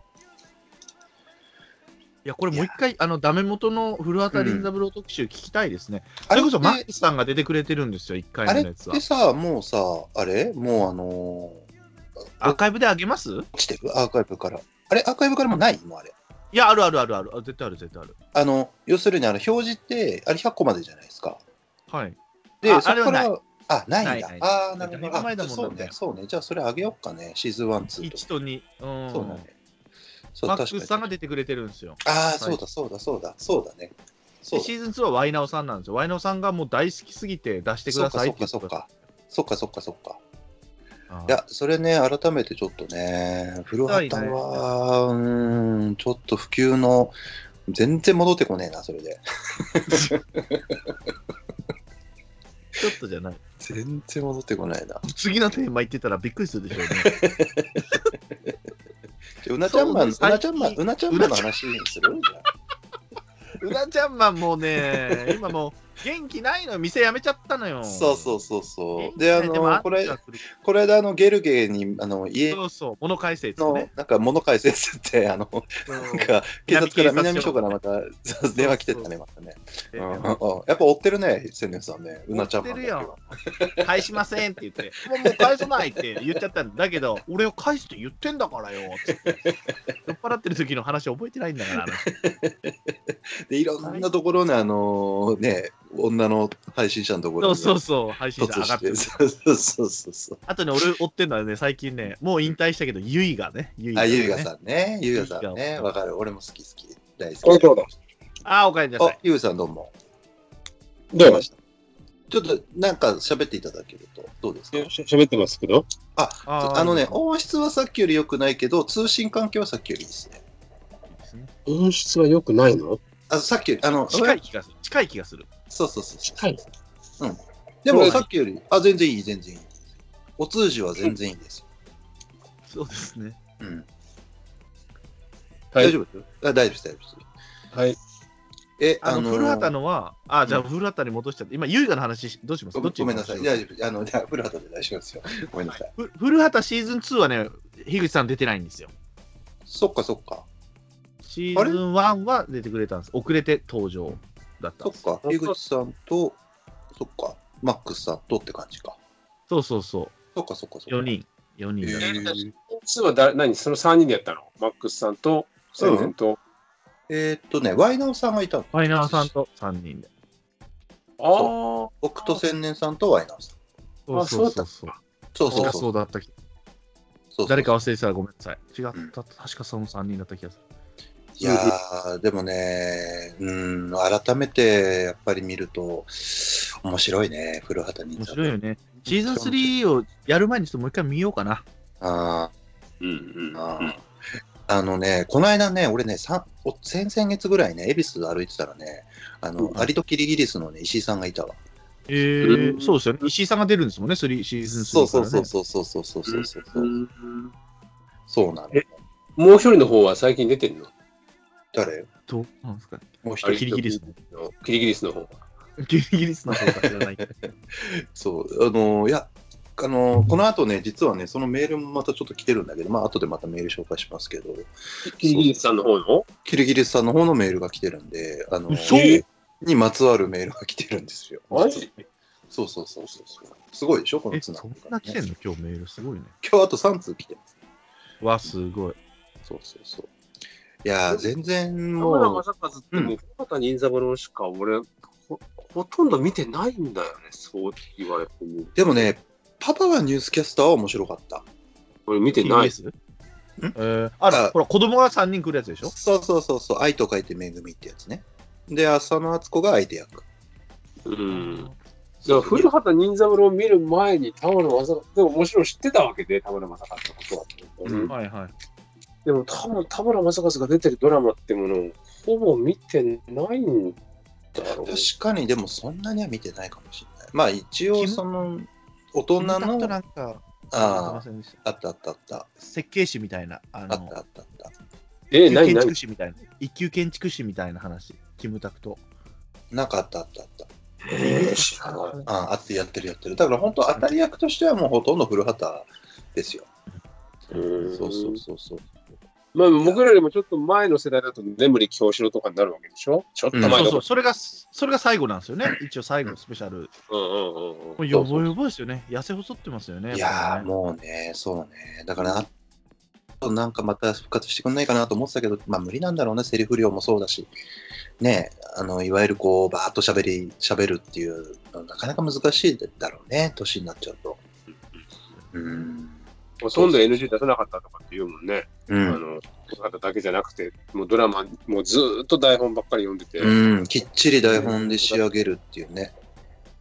や、これもう一回、あの、ダメ元の古畑任三郎特集聞きたいですね。
あ
そ
れ
れ
こ
こ
そ、
そ
ま
マックスさんが出てくれてるんですよ、一回
あれ
目の
っ
やつは
て。さ、もうさ、あれもうあの
アーカイブであげます
ー、落ちてるアーカイブから。あれアーカイブからもうないもうあれ。
いや、あるあるあるある。あ絶対ある、絶対ある。
あの、要するにあの表示って、あれ100個までじゃないですか。
はい。
で、
あ
そこか
あれ
ら、あ、ないんだ
ないない。
ああ、なる
だ
ほ
から
ど。あ
この前だもん
そう
だっ
ね、
て
そうね。じゃあ、それあげようかね。シーズン1、2と。
1と2。うん。
そうだね。そう、
マッ
確か
ク
に
スさんが出てくれてるんですよ。
ああ、
い
そうだ、そうだ、そうだ、そうだね。そうだ
シーズン2はワイナオさんなんですよ。ワイナオさんがもう大好きすぎて出してください
そ
っ
って
言って
かそ
く
っ
ださ
かそっかそっかそっか
あ
いやそれね改めてちょっとね古畑は、うーんちょっと普及の全然戻ってこねえなそれで
ちょっとじゃない。
全然戻ってこないな
次のテーマ言ってたらびっくりするでしょうね。
じゃあうなちゃんマンう
そうね
なちゃんマンうなちゃんマンの話にするじゃあ
うなちゃんマンもう ね、今もう元気ないのよ店辞めちゃったのよ。
そうそうそうそう。
元気な
で、
い
あ
でも
の、
あ
これ
そ、
これであの、ゲルゲーに、あの、家
うそう、物返せっつっ て
の
ね。、
なんか、物解説って、あの、なんか、警察から、南署からまた、そう電話来てたね、またね。うんうんうんやっぱ追ってるね、千年さんね、うなちゃんマンだけは
追ってるよ返しませんって言って、もうもう返さないって言っちゃったんだけど、俺を返すって言ってんだからよっつって。 酔っ払ってる時の話覚えてないんだから。あの人
で、いろんなところね、あの、ね、女の配信者のところ
そう
に。
そうそう、配信者
突
上がっ
してて。
る。
そうそうそうそうそう。
あとね、俺追ってるのはね、最近ね、もう引退したけど、ゆいがね。ゆいが
あ、
ね
ゆうがさんね、ゆうがさん
ゆい
ね、
が
わかる、俺も好き好き、大
これ
好き
どうだ。
あー、おかえりなさ
あ
い。、
ゆうさんどうも。
どうだし
ちょっと、なんか、喋っていただけると、どうですか
喋ってますけど。
あー
あのね、音質はさっきより良くないけど、通信環境はさっきよりいいですね。
音質は良くないの
あさっきより、あの、
近い気がする。近い気がする。
そうそうそうそう。
近い。
でもさっきより、あ、全然いい、全然いい。お通じは全然いいですよ。
そうですね。
うん。
はい
大丈夫ですよあ大丈夫です、大丈夫です。
はい。
え、
あの、
ー
古畑のは、あ、じゃあ
うん
古畑に戻しちゃって、今、優雅の話し、どうします
ご
ど
め
っち
んごめんなさい、
行きま
大
しょ
丈夫です。あの、じゃあ古畑で大丈夫ですよ。ごめんなさい。
うふ古畑シーズン2はね、樋口さん出てないんですよ。
そっかそっか。
シーズン1は出てくれたんです。遅れて登場だったん
そっ
です。
か。井口さんと、そっか。マックスさんとって感じか。
そうそうそ
そっかそっかそっ
う。
か。
4人。4人だった、
えー
音質は誰何その3人でやったのマックスさんと、センと。
えーっとね、ワイナオさんがいたの。
ファイナーさんと3人で。
あ
僕と千年さんとワイナオさん。
そうそうそうそう。
そう
そ
そううそう。
だった気
そうそう
誰か忘れてたらごめんなさい。違っ
うん
た、確かその3人だった気がする。
いやー、でもね、うん、改めてやっぱり見ると、面白いね、古畑任
面
三
白いよね。シーズン3をやる前にちょっともう一回見ようかな。
あ
ーうんうん
ー
あ
あーあのね、この間ね、俺ね、さんお先々月ぐらいね、恵比寿歩いてたらね、あの、
うん
アリとキリギリスのね、石井さんがいたわ。
え
うん
ー、そうですよね。石井さんが出るんですもんね、スリーシーズン3から、
そう
ね。
そうそうそうそうそうそうそうそう
ー
そう。そうなの。
えもう一人の方は最近出てんの
誰
どうなんですかね。
もう一
あれ
人。
キリギリスの。
キリギリスの方は。
ギリギリスの方が知ら ない。
そう、あのーいや、あのーこの後ね、実はね、そのメールもまたちょっと来てるんだけど、まあ、後でまたメール紹介しますけど、
キリギリスさんの方の
キリギリスさんの方のメールが来てるんで、あの、
嘘
にまつわるメールが来てるんですよ。
マジ
そうそうそうそうそう。すごいでしょ、この
え、
つな
そん
がりが
な
ね
来てんの今日メールすごいね。
今日あと3通来てます。
わ、すごい。
そうそうそう。いやー、全然
山田
もう、
正和ってもう、古畑任三郎しか俺ほ、ほとんど見てないんだよね、そう言われてみる。
でもね、パパはニュースキャスターは面白かった。
俺見てない。
TBS? えー、あら、
あ
ほら、子供が3人来るやつでしょ
そうそうそうそう、愛と書いて恵みってやつね。で、浅野敦子が相手役。
うん。だから古畑任三郎を見る前に田村正和、でももちろん知ってたわけで、田村正和のことは。
うん
はいはい。
でも多分田村正和が出てるドラマってものをほぼ見てないんだろう。
確かに、でもそんなには見てないかもしれない。まあ、一応、
キム
その、大人
キムタクとな
の、
んか、すいま
あ
せんでした
あ、あったあったあった、
設計士みたいな、あ
あったあ
の、
ったあった。
え、
一級
何
建
何
築士みたいな、一級建築士みたいな話、キムタクと。
なんかあったあったあった。
えー知らない。
ああってやってるやってる。だから本当当たり役としてはもうほとんど古畑ですよ。そうそうそうそう。
まあ、僕らよりもちょっと前の世代だと眠り京城とかになるわけでしょちょっと前
まあ
の、、
そううんそう、それが、それが最後なんですよね。一応最後のスペシャル。
うんうん
もう、よぼよぼですよね。痩せ細ってますよね。や
い
っ
や
ぱ
ー
りね
もうね、そうね。だからな、なんかまた復活してくんないかなと思ってたけど、まあ無理なんだろうね、セリフ量もそうだし。ねえあの、いわゆるこう、バーッと喋り、喋るっていう、なかなか難しいだろうね、年になっちゃうと。うん。
ほとんど NG 出さなかったとかって言うもんね。
う
あ
ん。
の、この方だけじゃなくて、もうドラマ、もうずーっと台本ばっかり読んでて。
うん、きっちり台本で仕上げるっていうね。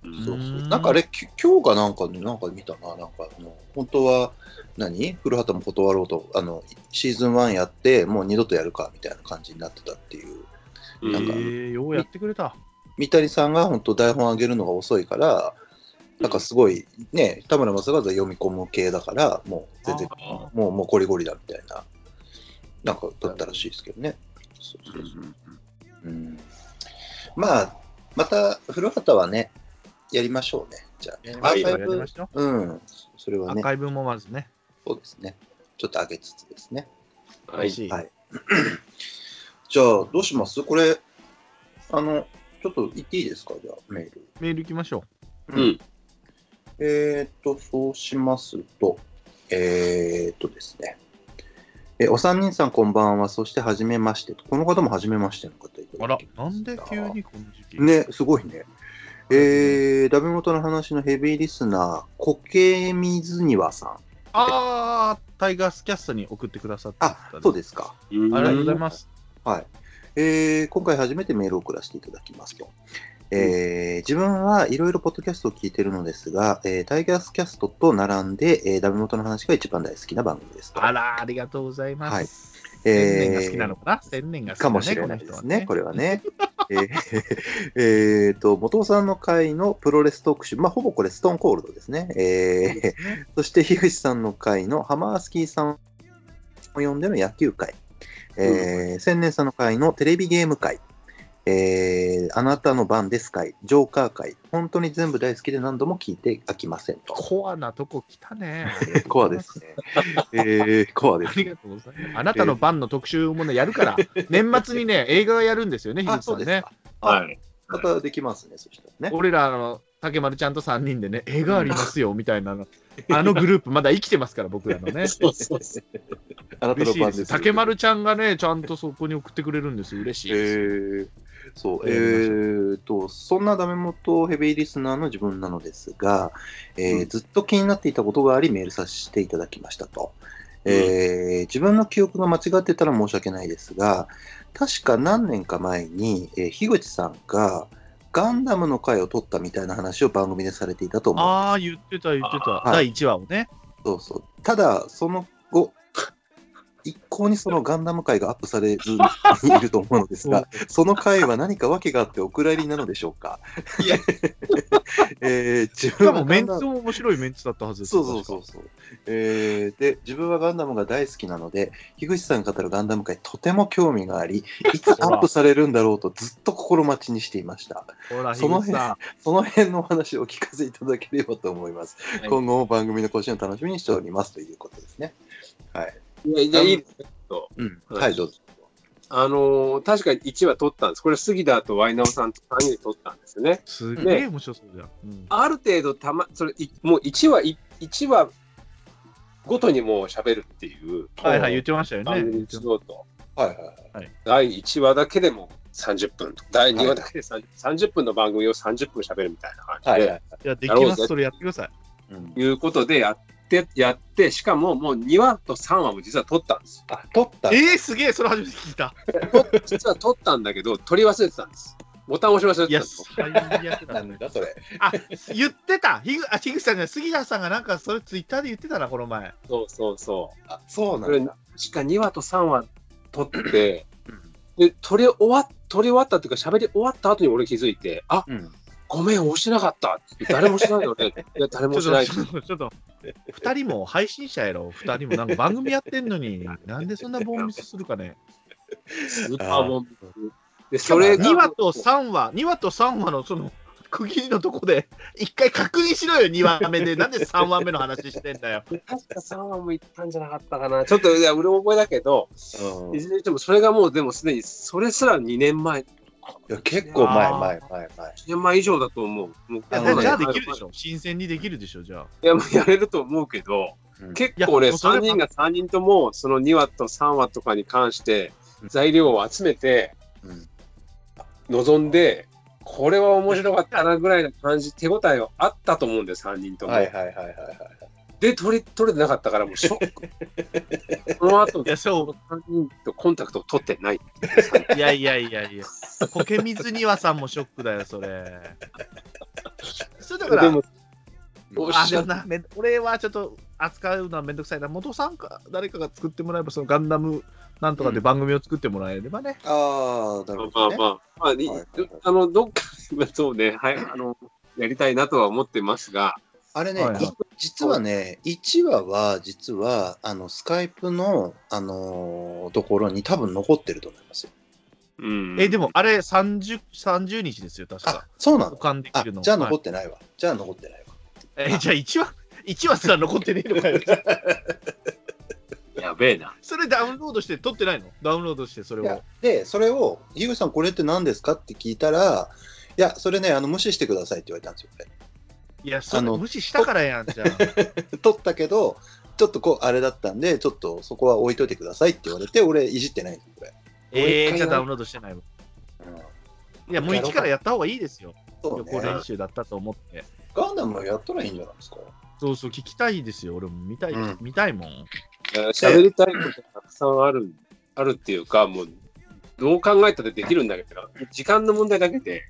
うん
そう
う
そうんなんかあれ、き今日かなんかで、なんか見たな、なんかあの、本当は何、古畑も断ろうと、あの、シーズン1やって、もう二度とやるか、みたいな感じになってたっていう。
うん
なんか
えー、ようやってくれた。
三谷さんが本当台本上げるのが遅いから、なんかすごい、ね、田村正和は読み込む系だから、もう全然、
あ
もう、もうゴリゴリだみたいな、なんかだったらしいですけどね。そうそうそううんまあ、また、古畑はね、やりましょうね。じゃあね。ア
はい
ー
や
カ
り
イブ
ま、したよ
うん、それ
ア
は
ー
ね、
カイブもまずね。
そうですね。ちょっと上げつつですね。
は
嬉
い。
しい。
はいじゃあ、どうしますこれ、あの、ちょっと言っていいですかじゃあ、メール。
メール行きましょ
うん。
えーっと、そうしますと、えーっとですね。え、お三人さんこんばんは。そして、はじめまして。この方もはじめましての方いた
う。あ
だ
ら
きまし、た
なんで急にこの時期。
ね、すごいね。えー、ダメ元の話のヘビーリスナー、コケミズニワさん。
ああ、タイガースキャストに送ってくださった、
あ、そう
です。
ですか。
ありがとうございます。
はい。えー今回初めてメールを送らせていただきますと。えー自分はいろいろポッドキャストを聞いてるのですが、えータイガースキャストと並んで、えーダメ元の話が一番大好きな番組ですと。
あら、ありがとうございます。
はい
千
え
年
ー
が好きなのかな千年が好き
か
なの
もしれないですね、こ
こ
れはね。 えーえーと、元尾さんの回のプロレス特集、まあ、ほぼこれストーンコールドですね。えー そして、樋口さんの回のハマースキーさんを呼んでの野球回、えー千年さんの回のテレビゲーム回、えーあなたの番です回、ジョーカー回、本当に全部大好きで何度も聞いて飽きませんと。
コアなとこ来たね。
コアですね。 えーコアで
あ
す
り
ね。
がとうございます。あなたの番の特集もね、やるから、年末に ね、映画やるんですよね、ひ
あ、
るさ
そうんです
ね。
か。
は
あ
い。
またできますね、そしたらね。
俺らあの竹丸ちゃんと3人でね、映画あります よみたいなの、あのグループ、まだ生きてますから、僕らのね。
そうそうそう。
あなた
嬉
の
しい
番
で。
ですす。
竹丸ちゃんがね、ちゃんとそこに送ってくれるんですよ。嬉しいです。
えーそう、えー、と、そんなダメ元ヘビーリスナーの自分なのですが、えーずっと気になっていたことがあり、メールさせていただきましたと。えー自分の記憶が間違ってたら申し訳ないですが、確か何年か前に、えー樋口さんがガンダムの回を撮ったみたいな話を番組でされていたと思うんです
ああ、言ってた、言ってた。
ーは
第
い
1話をね。
そうそう。ただ、その後、一向にそのガンダム回がアップされずにいると思う のですが、その回は何か訳があってお蔵入りなのでしょうか。
いや
えー自
しか
分は
もメ
ガ
ン
ン
ツ
ダム
も面白いメンツだったはずです
そ
よ。
うそうそうそう、えーで自分はガンダムが大好きなので樋口さんが語るガンダム界とても興味がありいつアップされるんだろうとずっと心待ちにしていました
確かほら、
その辺
樋口さ
その辺のお話をお聞かせいただければと思います、
はい
今後も番組の更新を楽しみにしておりますということですねはい
いやいい
うん、
はい
はい、どうぞ。
あのー確かに1話取ったんです。これ、杉田とワイナオさんと3人で取ったんですよね。
ん、すげえ面白そうじゃん。うん
ある程度たま、それ、いもう1話、い一話ごとにもう喋るっていう
はいはい、言ってましたよね。
番組にしようと。
はいはいはい。
第1話だけでも30分と、第2話だけで30 30分の番組を30分喋るみたいな感じで、
はいいはい。
いや、でき
やろ
ま
う
す、
ぜ
それやってください。
うん
うことでやって、やって、しかももう2話と3話も実は撮ったん です。
あ、取った。
えー、すげえ、それ初めて聞い た。
実は撮ったんだけど、撮り忘れてたんです。ボタン押し忘れ
い
てた
や、
んです。
最悪
な
だ。
んだそれ。
あ、言ってた。ひぐあ樋口さんじゃない杉田さんがなんか、それツイッターで言ってたな、この前。
そうそうそう。
あ、そうな
それ
ん
確
だ。
か2話と3話撮って、で撮り終わ撮り終わったっていうか喋り終わった後に俺気づいて「あ
うん。
ごめん押してなかった」誰もしないよね」いや誰
ちょ
も
っ
しな
と、
い
ちょっと、ちょっと、2人も配信者やろ、2人も。なんか番組やってんの に、なんでそんなボンミスするかね。
スーパーボンビで
そ
そ
れ
れが
2話と3話、2話と3話のその区切りのとこで、一回確認しろよ、2話目で。なんで3話目の話してんだよ。
確か3話も行ったんじゃなかったかなちょっといや俺覚えだけどいずれにしてもそれがもうでもすでにそれすら2年前2
いや結構前前前前。
年前以上だと思うもう
い
あ
や
のね
じゃあできるでしょ。新鮮にできるでしょ、じゃあ。
いやもうやれると思うけど
うん
結構
い
ね
やそれ
3人が3人ともその2話と3話とかに関して材料を集めて
うん
望んで、これは面白かったなぐらいの感じ、手応えはあったと思うんです、3人とも。
はいはいはいはいはい。
で、取り、取れてなかったから、もうショッ ク。その後、
いや、そ
3人とコンタクトを取ってない。
う、いやいやいやいや。 コケ水庭さんもショックだよ、それ。 それだから、
でも、おっ
あ
し
で
ゃ
もなめん俺はちょっと扱うのはめんどくさいな。元さんか誰かが作ってもらえば、そのガンダムなんとかで番組を作ってもらえればね。
ああ、な
ま
る
あま
ほど、
あ
ね。
まあ、まあい
はいはい
あの、どっか、今そうね、はい、あの、やりたいなとは思ってますが、
あれね、
はいはい
い実はね、1話は、実は、あの、スカイプの、あのーところに多分残ってると思いますよ。
うん。
え、でも、あれ30、30日ですよ、確
あ
か。、
そうな
保
の
管でき
あ、
るの。
じゃあ
はい
残ってないわ。じゃあ残ってないわ。
えじゃあ1話、 一話すら残ってねえのかよ。
やべえな。
それダウンロードして撮ってないのダウンロードしてそれ
いや
を。
で、それを、樋口さん、これって何ですかって聞いたら、いや、それね、あの無視してくださいって言われたんですよ、俺
いや、そ
あ
れ
の
無視したからやんじゃん。
撮ったけど、ちょっとこう、あれだったんで、ちょっとそこは置いといてくださいって言われて、俺、いじってないんですよ、これ。
えー、じゃあダウンロードしてないわ。いや、もう一からやった方がいいですよ。
そう
予
ね
行練習だったと思って。
ガンダムやったらいいんじゃないですか。
そうそう、聞きたいですよ。俺も見たい、
うん
見たいもん。
喋りたいことがたくさんある、あるっていうか、もう、どう考えたらできるんだけど、時間の問題だけで、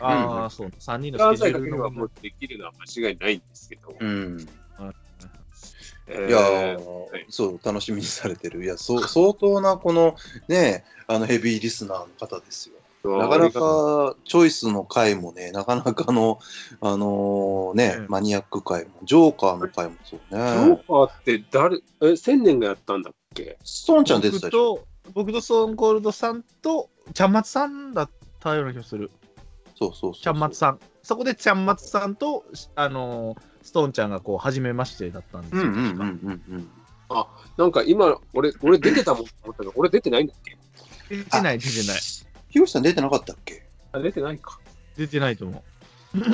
ああ、そう、3人
時
の
間
スケ
さえかけ
ジュール
れ
の
ば
方
も
も
うできるのは間違いないんですけど。
うん。
え
いや
ー
ー
はい
そう、楽しみにされてる。いや、そう相当な、この、ね、あのヘビーリスナーの方ですよ。なかなか、チョイスの回もね、なかなかの、あのーね、
うん
マニアック回も、ジョーカーの回もそう
ジョー
ね。
カーって誰、え、千年がやったんだっけ
ストーンちゃん出てた
僕
でしょ。
と、僕とソーンゴールドさんと、ちゃんまつさんだったような気がする。
そうそうそう。
ちゃんまつさん。そこでちゃんまつさんと、あのーストーンちゃんがこう、初めましてだったんです
うん
よ。
うんうん
確
う
か
んうん。
なんか今、俺、俺出てたもんと思ったけど、俺出てないんだっけ
出てない、出てない。
ひろしさん出てなかったっけ
あ、出てないか。
出てないと思
う
う。
ん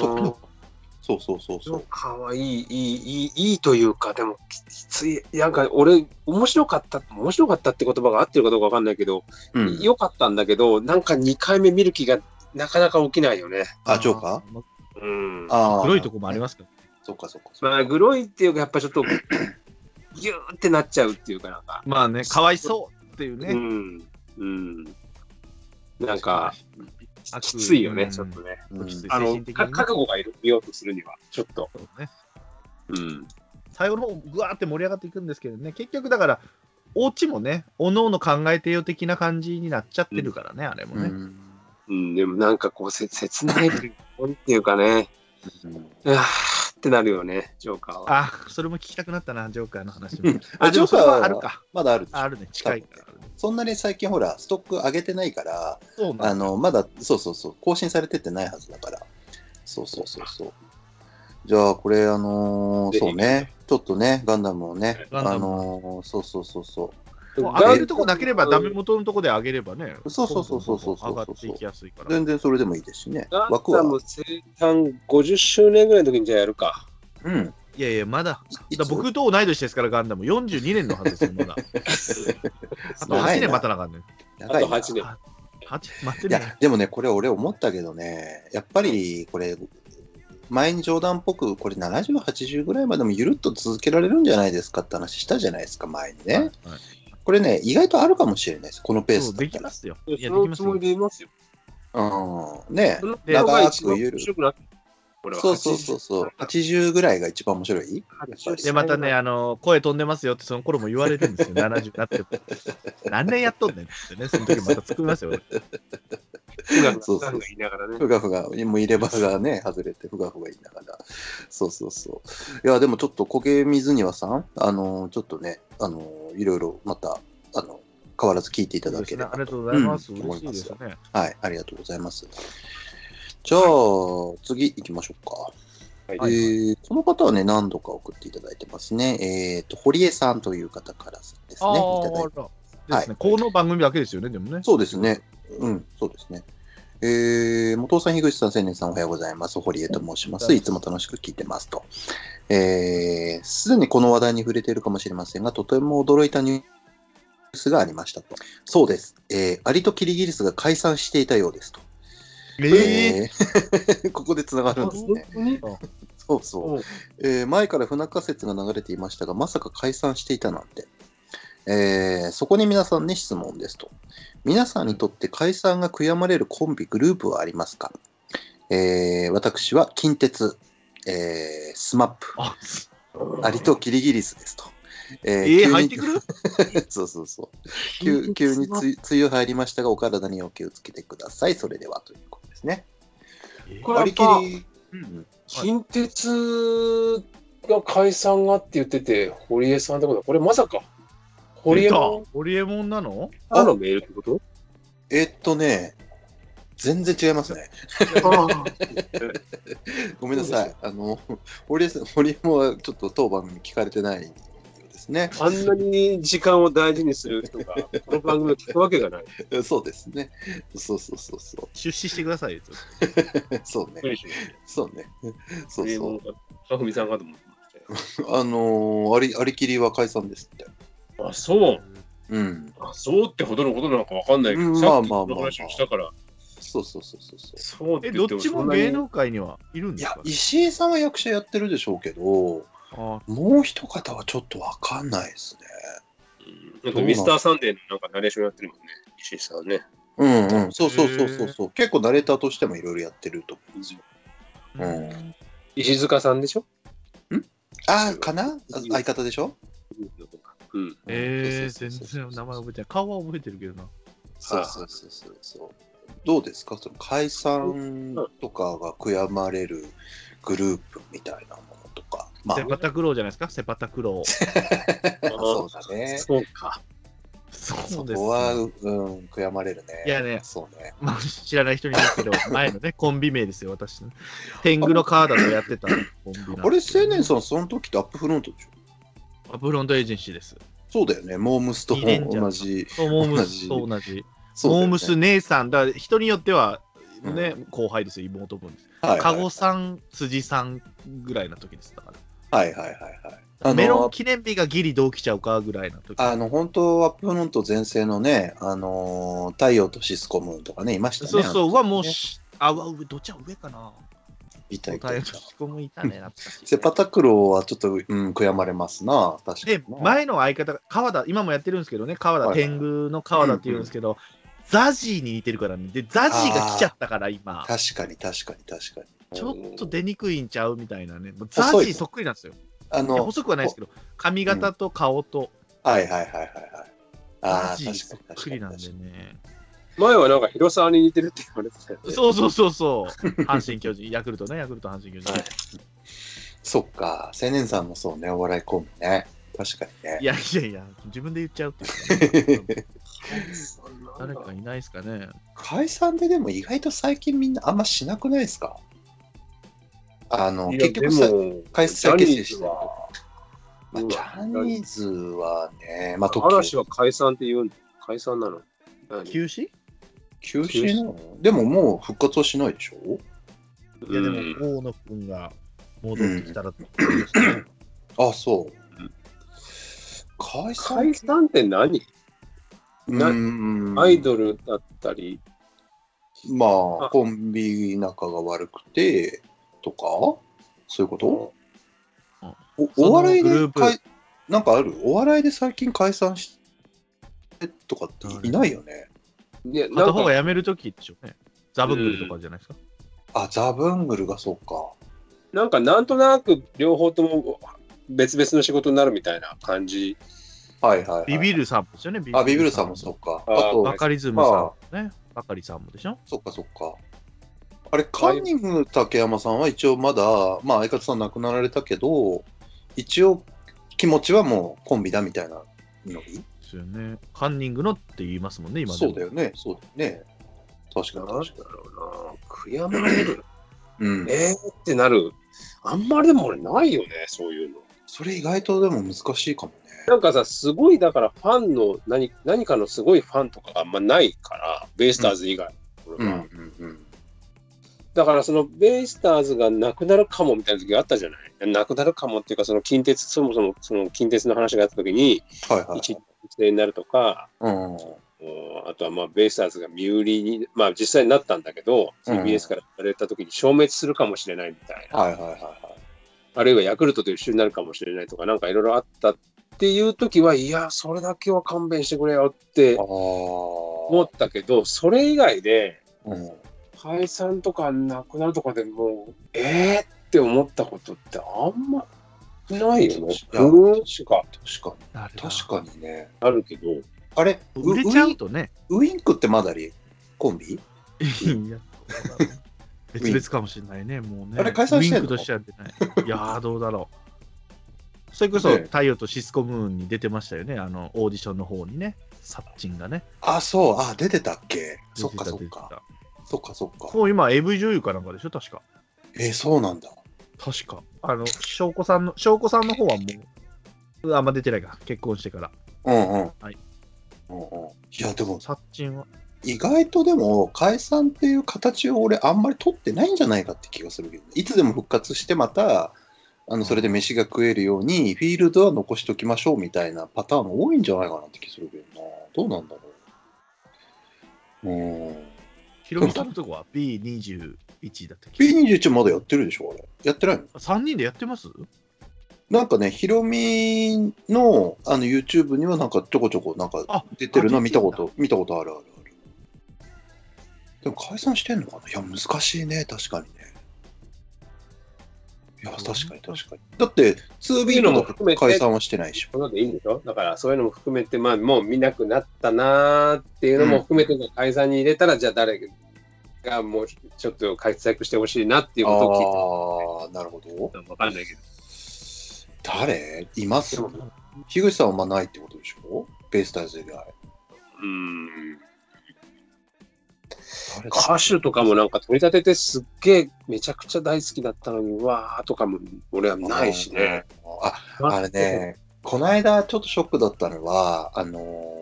そうそうそう
ジョ
そう
ー。カーはいい、いい、いい、いいというか、でもき、きつい、なんか俺、面白かった、面白かったって言葉が合ってるかどうかわかんないけど、
うん、
良、かったんだけど、なんか2回目見る気がなかなか起きないよね。
あ、ジョーカ
ー
うん。
ーあー
黒いとこもありますけど。
そっかそっかそっか。
まあ、グロいっていうか、やっぱちょっと、 ギューってなっちゃうっていうかなんか。
まあね、かわいそうっていう
う
ね。
ん。うん。なんか、
悪
きついよ
う
ね、
ん
ちょっとね。
うん
きつい
あ
精
の、
神的に
か
ね
覚悟がいる、見ようとするには、ちょっと。
そうね
うん。
最後の方、ぐわーって盛り上がっていくんですけどね、結局だから、お家もね、おのおの考えてよ的な感じになっちゃってるからね、あれも
う
ね。
ん
うん、でもなんかこう、せ 切ないというかっていうかね、うわーってなるよね、ジョーカーは。
あ、それも聞きたくなったな、ジョーカーの話も。
あ
あ、
ジ
ジ
ョ
ョ
ー
ーカ
カー
ー
は
はあるか。
まだあるでしょ
あるね、近いから。
そんなに最近ほら、ストック上げてないから、
そうな
あ
んだ
の、まだ、そうそうそう、更新されてってないはずだから。そうそうそうそう。じゃあ、これ、あのー
で
そうね、ちょっとね、ガンダムをね、
ガンダム
あのーそうそうそうそ
もう上げるとこ
こ
なければ、ダメ元のとこで上げればね、
そうそうそうそうそう
どんどんどんどん上がっていきやすいか
う、
ら。
全然それでもいいですしね、
ガン
枠
ダ
は。
ム生誕50周年ぐらいの時にじゃあやるか。
うん。
いやいや、まだ、
い
だ
つ
僕と同い年ですから、ガンダム、42年のはずですよ、 まだ。 あと
長い
8
な
年待たなあかんねん。
長いな
あと八年
あ8待って
いや
ね。、
でもね、これ、俺思ったけどね、やっぱり、これ、前に冗談っぽく、これ70、80ぐらいまでもゆるっと続けられるんじゃないですかって話したじゃないですか、前にね。
はいはい
これね、意外とあるかもしれないです、このペー
そう
スだっ
で
た
き
ら
ま。すよ。
そ
いや、でき
の
ま
つ
す
もり
よ。
でいますよ。
うん。ねえ
その
で
方が一
長
番
くゆる
面白くなってこれは
そうそうそうそう。80ぐらいが一番面白い
80
で、またね、あの、声飛んでますよって、その頃も言われるんですよ。70になっても。何年やっとんねんってね、その時また突っ込み ますよ。俺
中学の
そうそ
中学が
う
言いながらね。
ふがふが、もう入れ歯がね、外れてふがふが言いながら。そうそうそう。いや、でもちょっと苔水庭さん、あのちょっとね、あのいろいろまた、あの変わらず聞いてい
そ
た
う
だ
です
け
ね
れ
あ
ば
りがとうございます。
うん
嬉しいです
思
ね。
はい、ありがとうございます。じゃあ、次行きましょうか。
はい
えーこの方はね、何度か送っていただいてますね。えっ、と、堀江さんという方からですね、い
あ
ただいて
あ、ですね。この番組だけですよね、でもね。
そうですね。うん、そうですね。えー、元尾さん、樋口さん、千年さん、おはようございます。堀江と申します。いつも楽しく聞いてますと。えー、すでにこの話題に触れているかもしれませんが、とても驚いたニュースがありましたと。そうです。えー、アリとキリギリスが解散していたようですと。
ええ
えーここでつながるんですね。
本当に
そうそう、えー前から不仲説が流れていましたが、まさか解散していたなんて。えーそこに皆さんに質問ですと。皆さんにとって解散が悔やまれるコンビ、グループはありますか、えー私は近鉄、えー、スマップ、
あ、
アリとキリギリスですと。
え
えー
ー、
急に
入ってくる
そうそうそう。急急につい梅雨入りましたが、お体にお気をつけてください。それではということですね。
これや
割
っ
り切
ぱ
り、
近鉄が解散がって言ってて、堀江さんってことは、これまさか、堀江の
ホリエモンなの
あのメールってこと
えっとね、全然違いますね。ごめんなさい。あの、 堀江さん、堀江もちょっと当番組聞かれてないようですね。
あんなに時間を大事にする人が、この番組を聞くわけがない。
そうですね。そうそうそうそ
出資してくださいよ。
う。 そうね。そうね。そう
堀江
そ
も
う。
かふみさんかと思って。
あのーあり、ありきりは解散ですって。
あ、そう。
うん。
あ、そうってほどのことなんかわかんないけ
う
ど、
ん
さっき
まあまあまあ
の
まあ
話をしたから、
そうそうそうそうそう。
そうって
え、
言
ど
って
っ
も
ち
そ
も
んなに
芸能界にはいるん
い
です
や
か、
石井さんは役者やってるでしょうけど、
あ
もう一方はちょっとわかんないですね。
なんかミスターサンデーのなんかナレーションやってるもんね、石井さんはね。
うんうん、そうそうそうそうそう。結構ナレーターとしてもいろいろやってると思うんですよ。
ー
うん
石塚さんでしょ
ああ、かなあ相方でしょ
うん。
えー、
そう
全
そうそう
然名前覚えてない。顔は覚えてるけどな。
そうそうそうそうそう。どうですかその解散とかが悔やまれるグループみたいなものとか。まあ
セ、パタクローじゃないですか、セパタクロ ー。
そうだね。
そうか。
そ
そう
です、
こは、うん、悔やまれるね。
いやね
そうね。
まあ、知らない人にですけど、前のね、コンビ名ですよ、私の。天狗のカーダとやってたコンビなんですけど
あれ、青年さん、その時ってアップフロントでしょ
あブロンドエージェンシーです。
そうだよね。モームスと
二連じゃん
同じ。
そうモーム
同じ
スと同じ。
そうだ
モ
よ
ー
ね
ムス姉さん、だから人によっては、ね、後輩ですよ、妹分です。
はい
加護さん、辻さんぐらいの時です。だから
はいはいはいはい。あの
メロン記念日がギリ同期ちゃうかぐらいの時。
あの本当、アップフロント全盛のね、あのー太陽とシスコムーンとかね、いましたね。
そうそう、はもう
ね、
し、あ、わ上どっちは上かな。
いたいた
答え
い
の
た。
聞こもいたね、懐か しい
セパタクローはちょっと、うん、悔やまれますな、確かに
で
な。、
前の相方が、川田、今もやってるんですけどね、川田、
はいはい
天狗の川田って言うんですけど、ザジーに似てるからね。で、ザジーが来ちゃったから、今。
確かに、確かに、確かに。
ちょっと出にくいんちゃうみたいなね。もうザ
細い
ジーそっくりなんですよ。
あ
いや
の、
細くはないですけど、髪型と顔と、
はいはいはいはいはい。あ
ザ
あ、
ジ
確か
ー
に
そっ、
確
く
か
り
に。
なん
確
で
かに
ね。
前はなんか広沢に似てるって言われてたよね。
そうそうそうそう。阪神巨人、ヤクルトね、ヤクルト阪神巨人。
はい
そっか、青年さんもそうね、お笑いコンビね。確かにね
い。やいやいや、自分で言っちゃうっていうか誰かいないですかね。
解散ででも意外と最近みんなあんましなくないですかあの、
い
結
や
局さ
で、も
回数だけ接してるまあ、
ジ
ジ
ャ
ャ
ニ
ニーズはね、まあ、時
嵐は解散って言うんだ。解散なの。何
休止い
休止なのでももう復活はしないでしょ
やで
うん
も、大野くんが戻ってきたらと思いますね。
あ、そう。解散
解散って何な
うん
アイドルだったり、
まあ
あ、
コンビ仲が悪くてとかそういうこと
うん
お
その
お笑い
グル
で
ープ
解なんかあるお笑いで最近解散してとかっていないよね。
いや、な
片
ん
方が
か
辞めるときでしょうね。ザブングルとかじゃないですか。
あ、ザブングルがそうか。
なんかなんとなく両方とも別々の仕事になるみたいな感じ。
はいはい、はい。
ビビるさんもですよね。ビ
あ、ビビるさんもそうか。
あー
あと、
バカリズムさんもね。バカリさんもでしょ。
そっかそっか。あれ、カンニング竹山さんは一応まだ、まあ相方さん亡くなられたけど、一応気持ちはもうコンビだみたいなのに
ですよね。カンニングのって言いますもんね、今で
そ
も
うだよね、そうだよね。確か
な
に
んだろ
確か
うな。悔やまれる。
に。うん。
えーってなる。あんまりでも俺ないよね、そういうの。
それ意外とでも難しいかもね。
なんかさ、すごいだからファンの何何かのすごいファンとかがあんまないから、ベイスターズ以外。俺は
うんうん。
だからそのベイスターズがなくなるかもみたいな時があったじゃないなくなるかもっていうかその近鉄そもそもその近鉄の話があった時に
はいはい。
一年になるとか、
うん。
うんあとはまあベイスターズが身売りにまあ実際になったんだけど
うん
TBS から言われた時に消滅するかもしれないみたいな、
はいはいはいはい。
あるいはヤクルトと一緒になるかもしれないとか、なんかいろいろあったっていう時は、いや、それだけは勘弁してくれよって
ああ。
思ったけど、それ以外で、
うん。
解散とかなくなるとかでもう、えーって思ったことってあんまないよね。
いや
うんしか
確か
なる
に。
な
確かにね。
あるけど、
あれ、ウ
売れちゃうとね。
ウインクってまだりコンビ
いや別々かもしれないね、もうね。
あれ解散して
ウ
んの
ィンクとしては出ない。いやー、どうだろう。それこそ、
ね
太陽とシスコムーンに出てましたよね、あの、オーディションの方にね、サッチンがね。
あ、そう。あ、出てたっけそっか
出
そ
て
ったか。。
出て
そっかそったか。
もう今、AV 女優かなんかでしょ、確か。
えーそうなんだ。
確か。あの、翔子さんの、翔子さんの方はもう、あんま出てないか、結婚してから。
うんうん。
はい。
うんうん。いや、でも、
サッチンは。
意外とでも、解散っていう形を俺、あんまり取ってないんじゃないかって気がするけど、いつでも復活して、また、あのそれで飯が食えるように、フィールドは残しておきましょうみたいなパターン多いんじゃないかなって気するけどな。どうなんだろう。うん。
ヒロミさんのとこは B21 だったっけ
B21 まだやってるでしょ、あれ。やってないの
?3 人でやってます
なんかね、ヒロミのあの YouTube にはなんかちょこちょこなんか
あ
出てるの
あ
見たこ
出
と、見たことあるあるある。でも解散してんのかないや、難しいね、確かにね。いや、
うん
確かに確かに。だって、2B の
っていうのも含めて
解散はしてないでしょ。
そういうのでいいんでしょだからそういうのも含めて、まあ、もう見なくなったなーっていうのも含めて、解散に入れたら、じゃあ誰がもうちょっと活躍してほしいなっていうことを
ああー、なるほど。
聞いたのわかんないけ ど。
誰います
でも
樋口さんはまあないってことでしょベイスターズ以外。
うーん
誰だ
歌手とかもなんか取り立ててすっげえめちゃくちゃ大好きだったのにうわーとかも俺はないしね。。
あ、あれね、この間ちょっとショックだったのは、あのー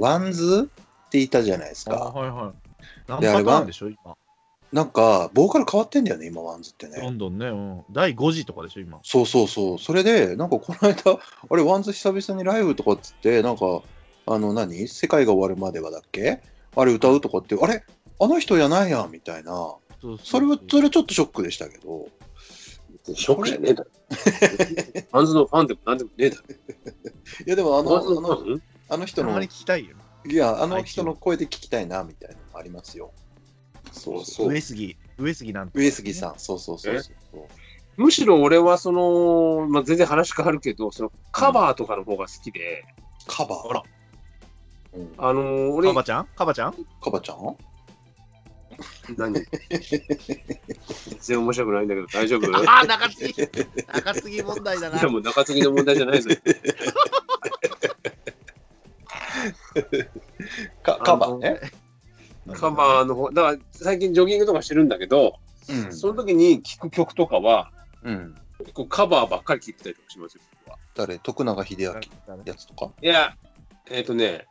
ワンズっていたじゃないです
あー
か。
はいはい。何
であれは
パターンでしょ、今。
なんか、ボーカル変わってんだよね、今、ワンズって
ど
ね。
んどんね、うん。第5次とかでしょ、今。
そうそうそう。それで、なんかこの間、 あれ、ワンズ久々にライブとかっつって、なんか、あの何、世界が終わるまではだっけあれ歌うとかって、あれあの人じゃないやんみたいな。
そうそう
それは、それはちょっとショックでしたけど。
ショックじゃねえだろ。ファンズのファンでもなんでもねえだろ。
いや、でもあの、
ファンズ
あ
の
の
ファン
あの人
あんま
の
り、聞きたいよね。
いや、あの人の声で聞きたいな、みたいなのもありますよ。そうそう。
上杉、上杉なんて。
上杉さん、そうそうそうそう。
むしろ俺はその、まあ、全然話変わるけど、そのカバーとかの方が好きで、
カバー。
あら
うん
あのー俺
カ、バちゃんカバちゃん
カバちゃん
何 全然面白くないんだけど大丈夫
ああ、中 継ぎ中継ぎ問題 だ
いやもう中継ぎの問題じゃないぞ。
かカバーね。
カバーの方、だから最近ジョギングとかしてるんだけど、
うん
その時に聴く曲とかは、
うん。
結構カバーばっかり聴いてたりとかしますよ、僕は。
誰徳永英明のやつとか。
いや、えっ、とね、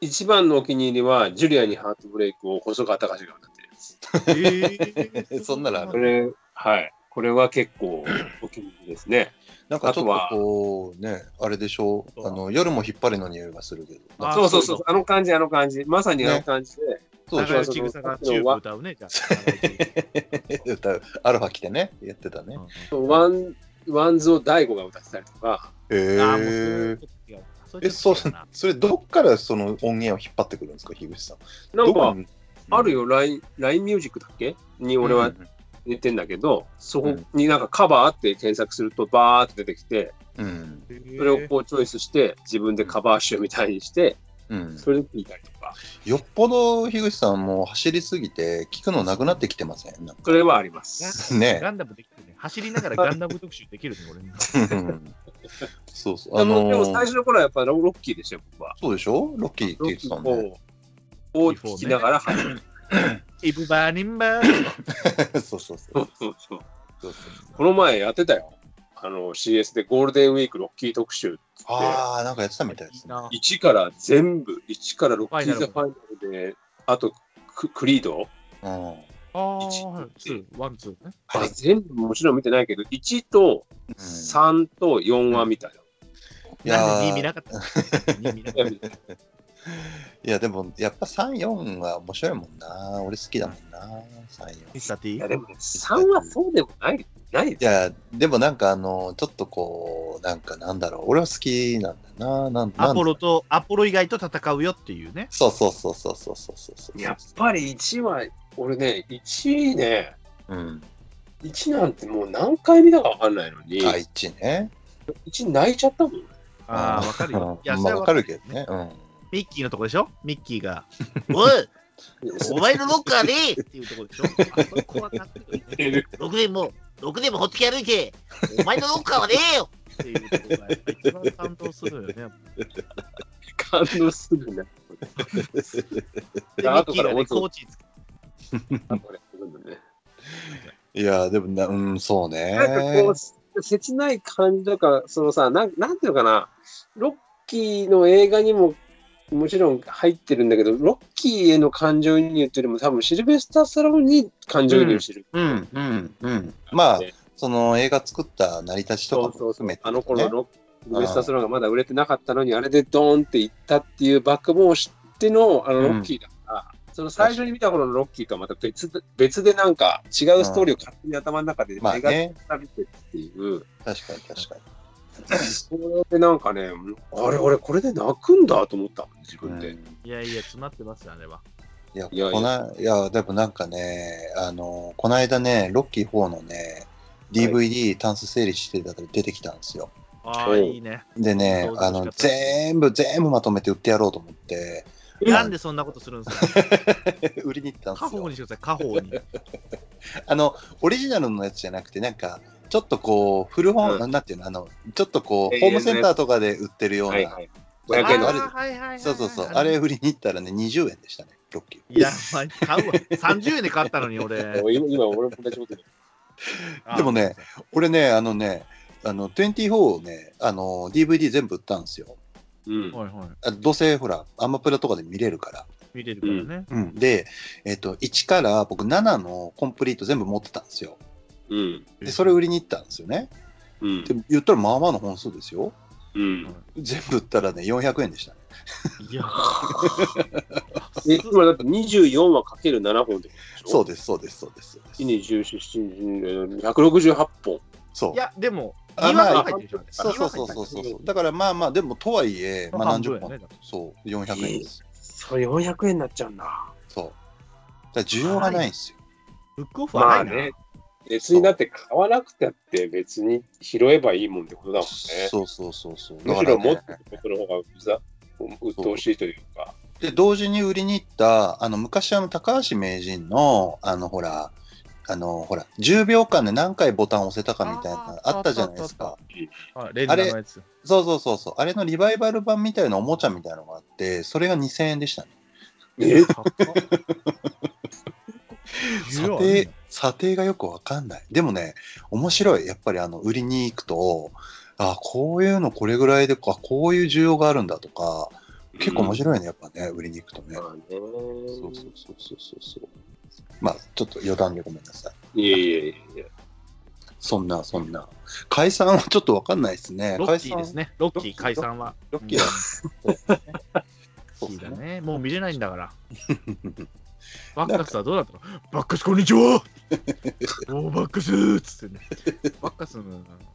一番のお気に入りは、ジュリアにハートブレイクを細川隆が歌ってるやつ。
えー
そんなのあ
こ
る
れ、はい。これは結構お気に入りですね。
なんかちょ
あ
っ
とは
とこうね、あれでしょう。あの夜も引っ張りの匂いがするけど。
あ
そうそうそ
そう
う
いう、
あの感じ、あの感じ。まさにあの感じで、
そうでし
長
だか
い口草
ょ
がチューブ歌うね、じゃ
歌う。アルファ来てね、やってたね。
あ。
ワン、ワンズを大悟が歌ってたりとか、
へ
あーもうそれは。ちょっと違
え
う
え、そう
それはちょっと違うな
それどっからその音源を引っ張ってくるんですか、樋口さん。
なん
どこ
か、
に
ある。よ、LINE ミュージックだっけに俺は入れてんだけど、そこになんかカバーって検索するとバーって出てきて、
うん。
それをこうチョイスして、自分でカバー集みたいにして、
うん。
それで聴いたりとか、
よっぽど樋口さんも走りすぎて聞くのなくなってきてません。 なんか
それはあります。
ね。
ガンダムできるね。走りながらガンダム特集できるね、 俺ね。
うんそうそう。
で
あ
も
の
で
ー
も最初の頃はやっぱロッキーでしたよ、僕は。
そうでしょロッキーって
ロ
言
ッ
って
キ
た
ー
んで。
を聞きながら 走る。
イブバーニンバー。
そうそ
そう
うそ
う。そうそう
そうそう
この前やってたよ。あの CS でゴールデンウィークロッキー特集っつって、
ああ、なんかやってたみたいですね。
な
1から全部、1からロッキーズ
フ
ファイナルで、あとククリード、
うん。
あー
一
はいツー、ワン、ツーね。
あれ
あ全部もちろん見てないけど、1と
うん
3と4は見たよ。
いや
なんで2見
ー
なかったの ?2 見なかっ
い
た。
や
いや、でも、やっぱ3、4は面白いもんな。俺好きだもんな、3、4。い
喫茶ティ
い
ー
やで も、3はそうでもない。ないです。
や、でもなんかあの、ちょっとこう、なんかなんだろう、俺は好きなんだな。なんなん
アポロと、アポロ以外と戦うよっていうね。
そうそうそうそうそうそうそうそう。
やっぱり1は、俺ね、1ね、
うん。
1なんてもう何回見たか分かんないのに、
あ、1ね。
1泣いちゃったもん。
ああ、わかる
うん
よ。いや、そ
ま
れ
あ
は
わかるけどね。 うん。
ミッキーのとこでしょミッキーが。おいお前のロッカーでっていうとこでしょあそこ怖かったよね6年も、6年もほっつき歩いて、お前のロッカーはねえよっていうとこがやっぱ一番感動するよね。
感動するね。
で、ミ
あ
ッ
後か
キー
ら
がね、
音
コ
を
ーチつけ
これするのね
いや、でもな、うん、そうね。
なんかこう、切ない感じとか、そのさ、なんなんていうのかな、ロッキーの映画にももちろん入ってるんだけど、ロッキーへの感情移入っていうよりも、多分シルベスター・スタローンに感情移入してる。
うん、うん、うん。まあ、その映画作った成り立ちと
そ
か
う
も
そうそう
含めて、ね。
あの頃のロッシルベスター・スタローンがまだ売れてなかったのに、あれでドーンっていったっていうバックボーンを知ってのあのロッキーだから、その最初に見た頃のロッキーとはまた別で別でなんか違うストーリーを勝手に頭の中で
まあ
描
ね、
かれてるっていう。
確かに確かに。
それでなんかね、あれ、俺、これで泣くんだと思った、自分で。
うん
いやいや、詰まってますよ、あれは。
いや、
いや
こない、いや、でもなんかね、あの、この間ね、ロッキー4のね、DVD タンス整理してたら出てきたんですよ。
ああ、いいね。
でね
ど、うぞ
あの、
仕方ない
全部、全部まとめて売ってやろうと 思って、
うん
なんでそんなことするんですか
売りに行ったんで
家
す
宝
よ
に。してください、家宝に。
あの、オリジナルのやつじゃなくて、なんか、ちょっとこう、古本、なんていうの、あの、ちょっとこう、
永遠の
ホーム
やつ
センターとかで売ってるよう
はい
な
は、い。500円の
あ
あ
れ
れ
ーはいはいはいはい
そうそうそう、あれ売りに行ったらね、20円でしたね、ロッキ
い
ー。
や、まあ買 うわ。30円で買ったのに、俺。
今、今俺も同じこと言う
でもね、俺ね、あのね、あの、24をね、あの、DVD 全部売ったんですよ。
うん
はいはい。
あどうせ、ほら、アマプラとかで見れるから。
見れるからね。
うん、で、えっ、と、1から僕7のコンプリート全部持ってたんですよ。
うん。
で、それ売りに行ったんですよね。
うん
で、言ったらまあまあの本数ですよ。
うん。
全部売ったらね、400円でしたね。
いや、
え、今だって24話かける7本で
そう
で
です、そうです、そうです。そうです
しょ。1、2、14、17、168本。
そう
い。や、でも、
あ
今
まあ
が入ってるじゃん。
そうそうそうそうそう
今入
そう。だからまあまあ、でもとはいえ、まあ何
半
十
分やね
本。そう、400円です。
それ400円になっちゃうんだ。
そう。だから需要がないんですよ。
ブックオフ
ま
は
あ
ないな
ね。。別にだって買わなくたって別に拾えばいいもんってことだもんね。
そうそうそうそう。
む
だか
し
ら
ろ持
ね
ってることの方がうざ、うっとうしいというか。
で、同時に売りに行った、あの、昔あの、高橋名人の、あの、ほら、あの、ほら、10秒間で何回ボタンを押せたかみたいな、
あー
あったじゃないです
あっ
か。
あレンガのやつ。
そうそうそうそう。あれのリバイバル版みたいなおもちゃみたいなのがあって、それが2000円でしたね。
え
高っ需要
査
あるね
定、査定がよくわかんない。でもね、面白い。やっぱりあの、売りに行くと、あこういうのこれぐらいで、あこういう需要があるんだとか、結構面白いね、やっぱね、売りに行くとね。
まあね。
そうそうそうそうそうそう。まあ、ちょっと余談でごめんなさい。
いやいやいやいや。
そんな、そんな。解散はちょっとわかんないですね。
ロッキーです
ね。
ね。ロッキー解散は。
ロッキーだ
うん
そう
いい
で
だ
すね。
ね。もう見れないんだから。バッカスはどうだったのバッカスこんにち はおーバッカスーっつってね。バッカスの、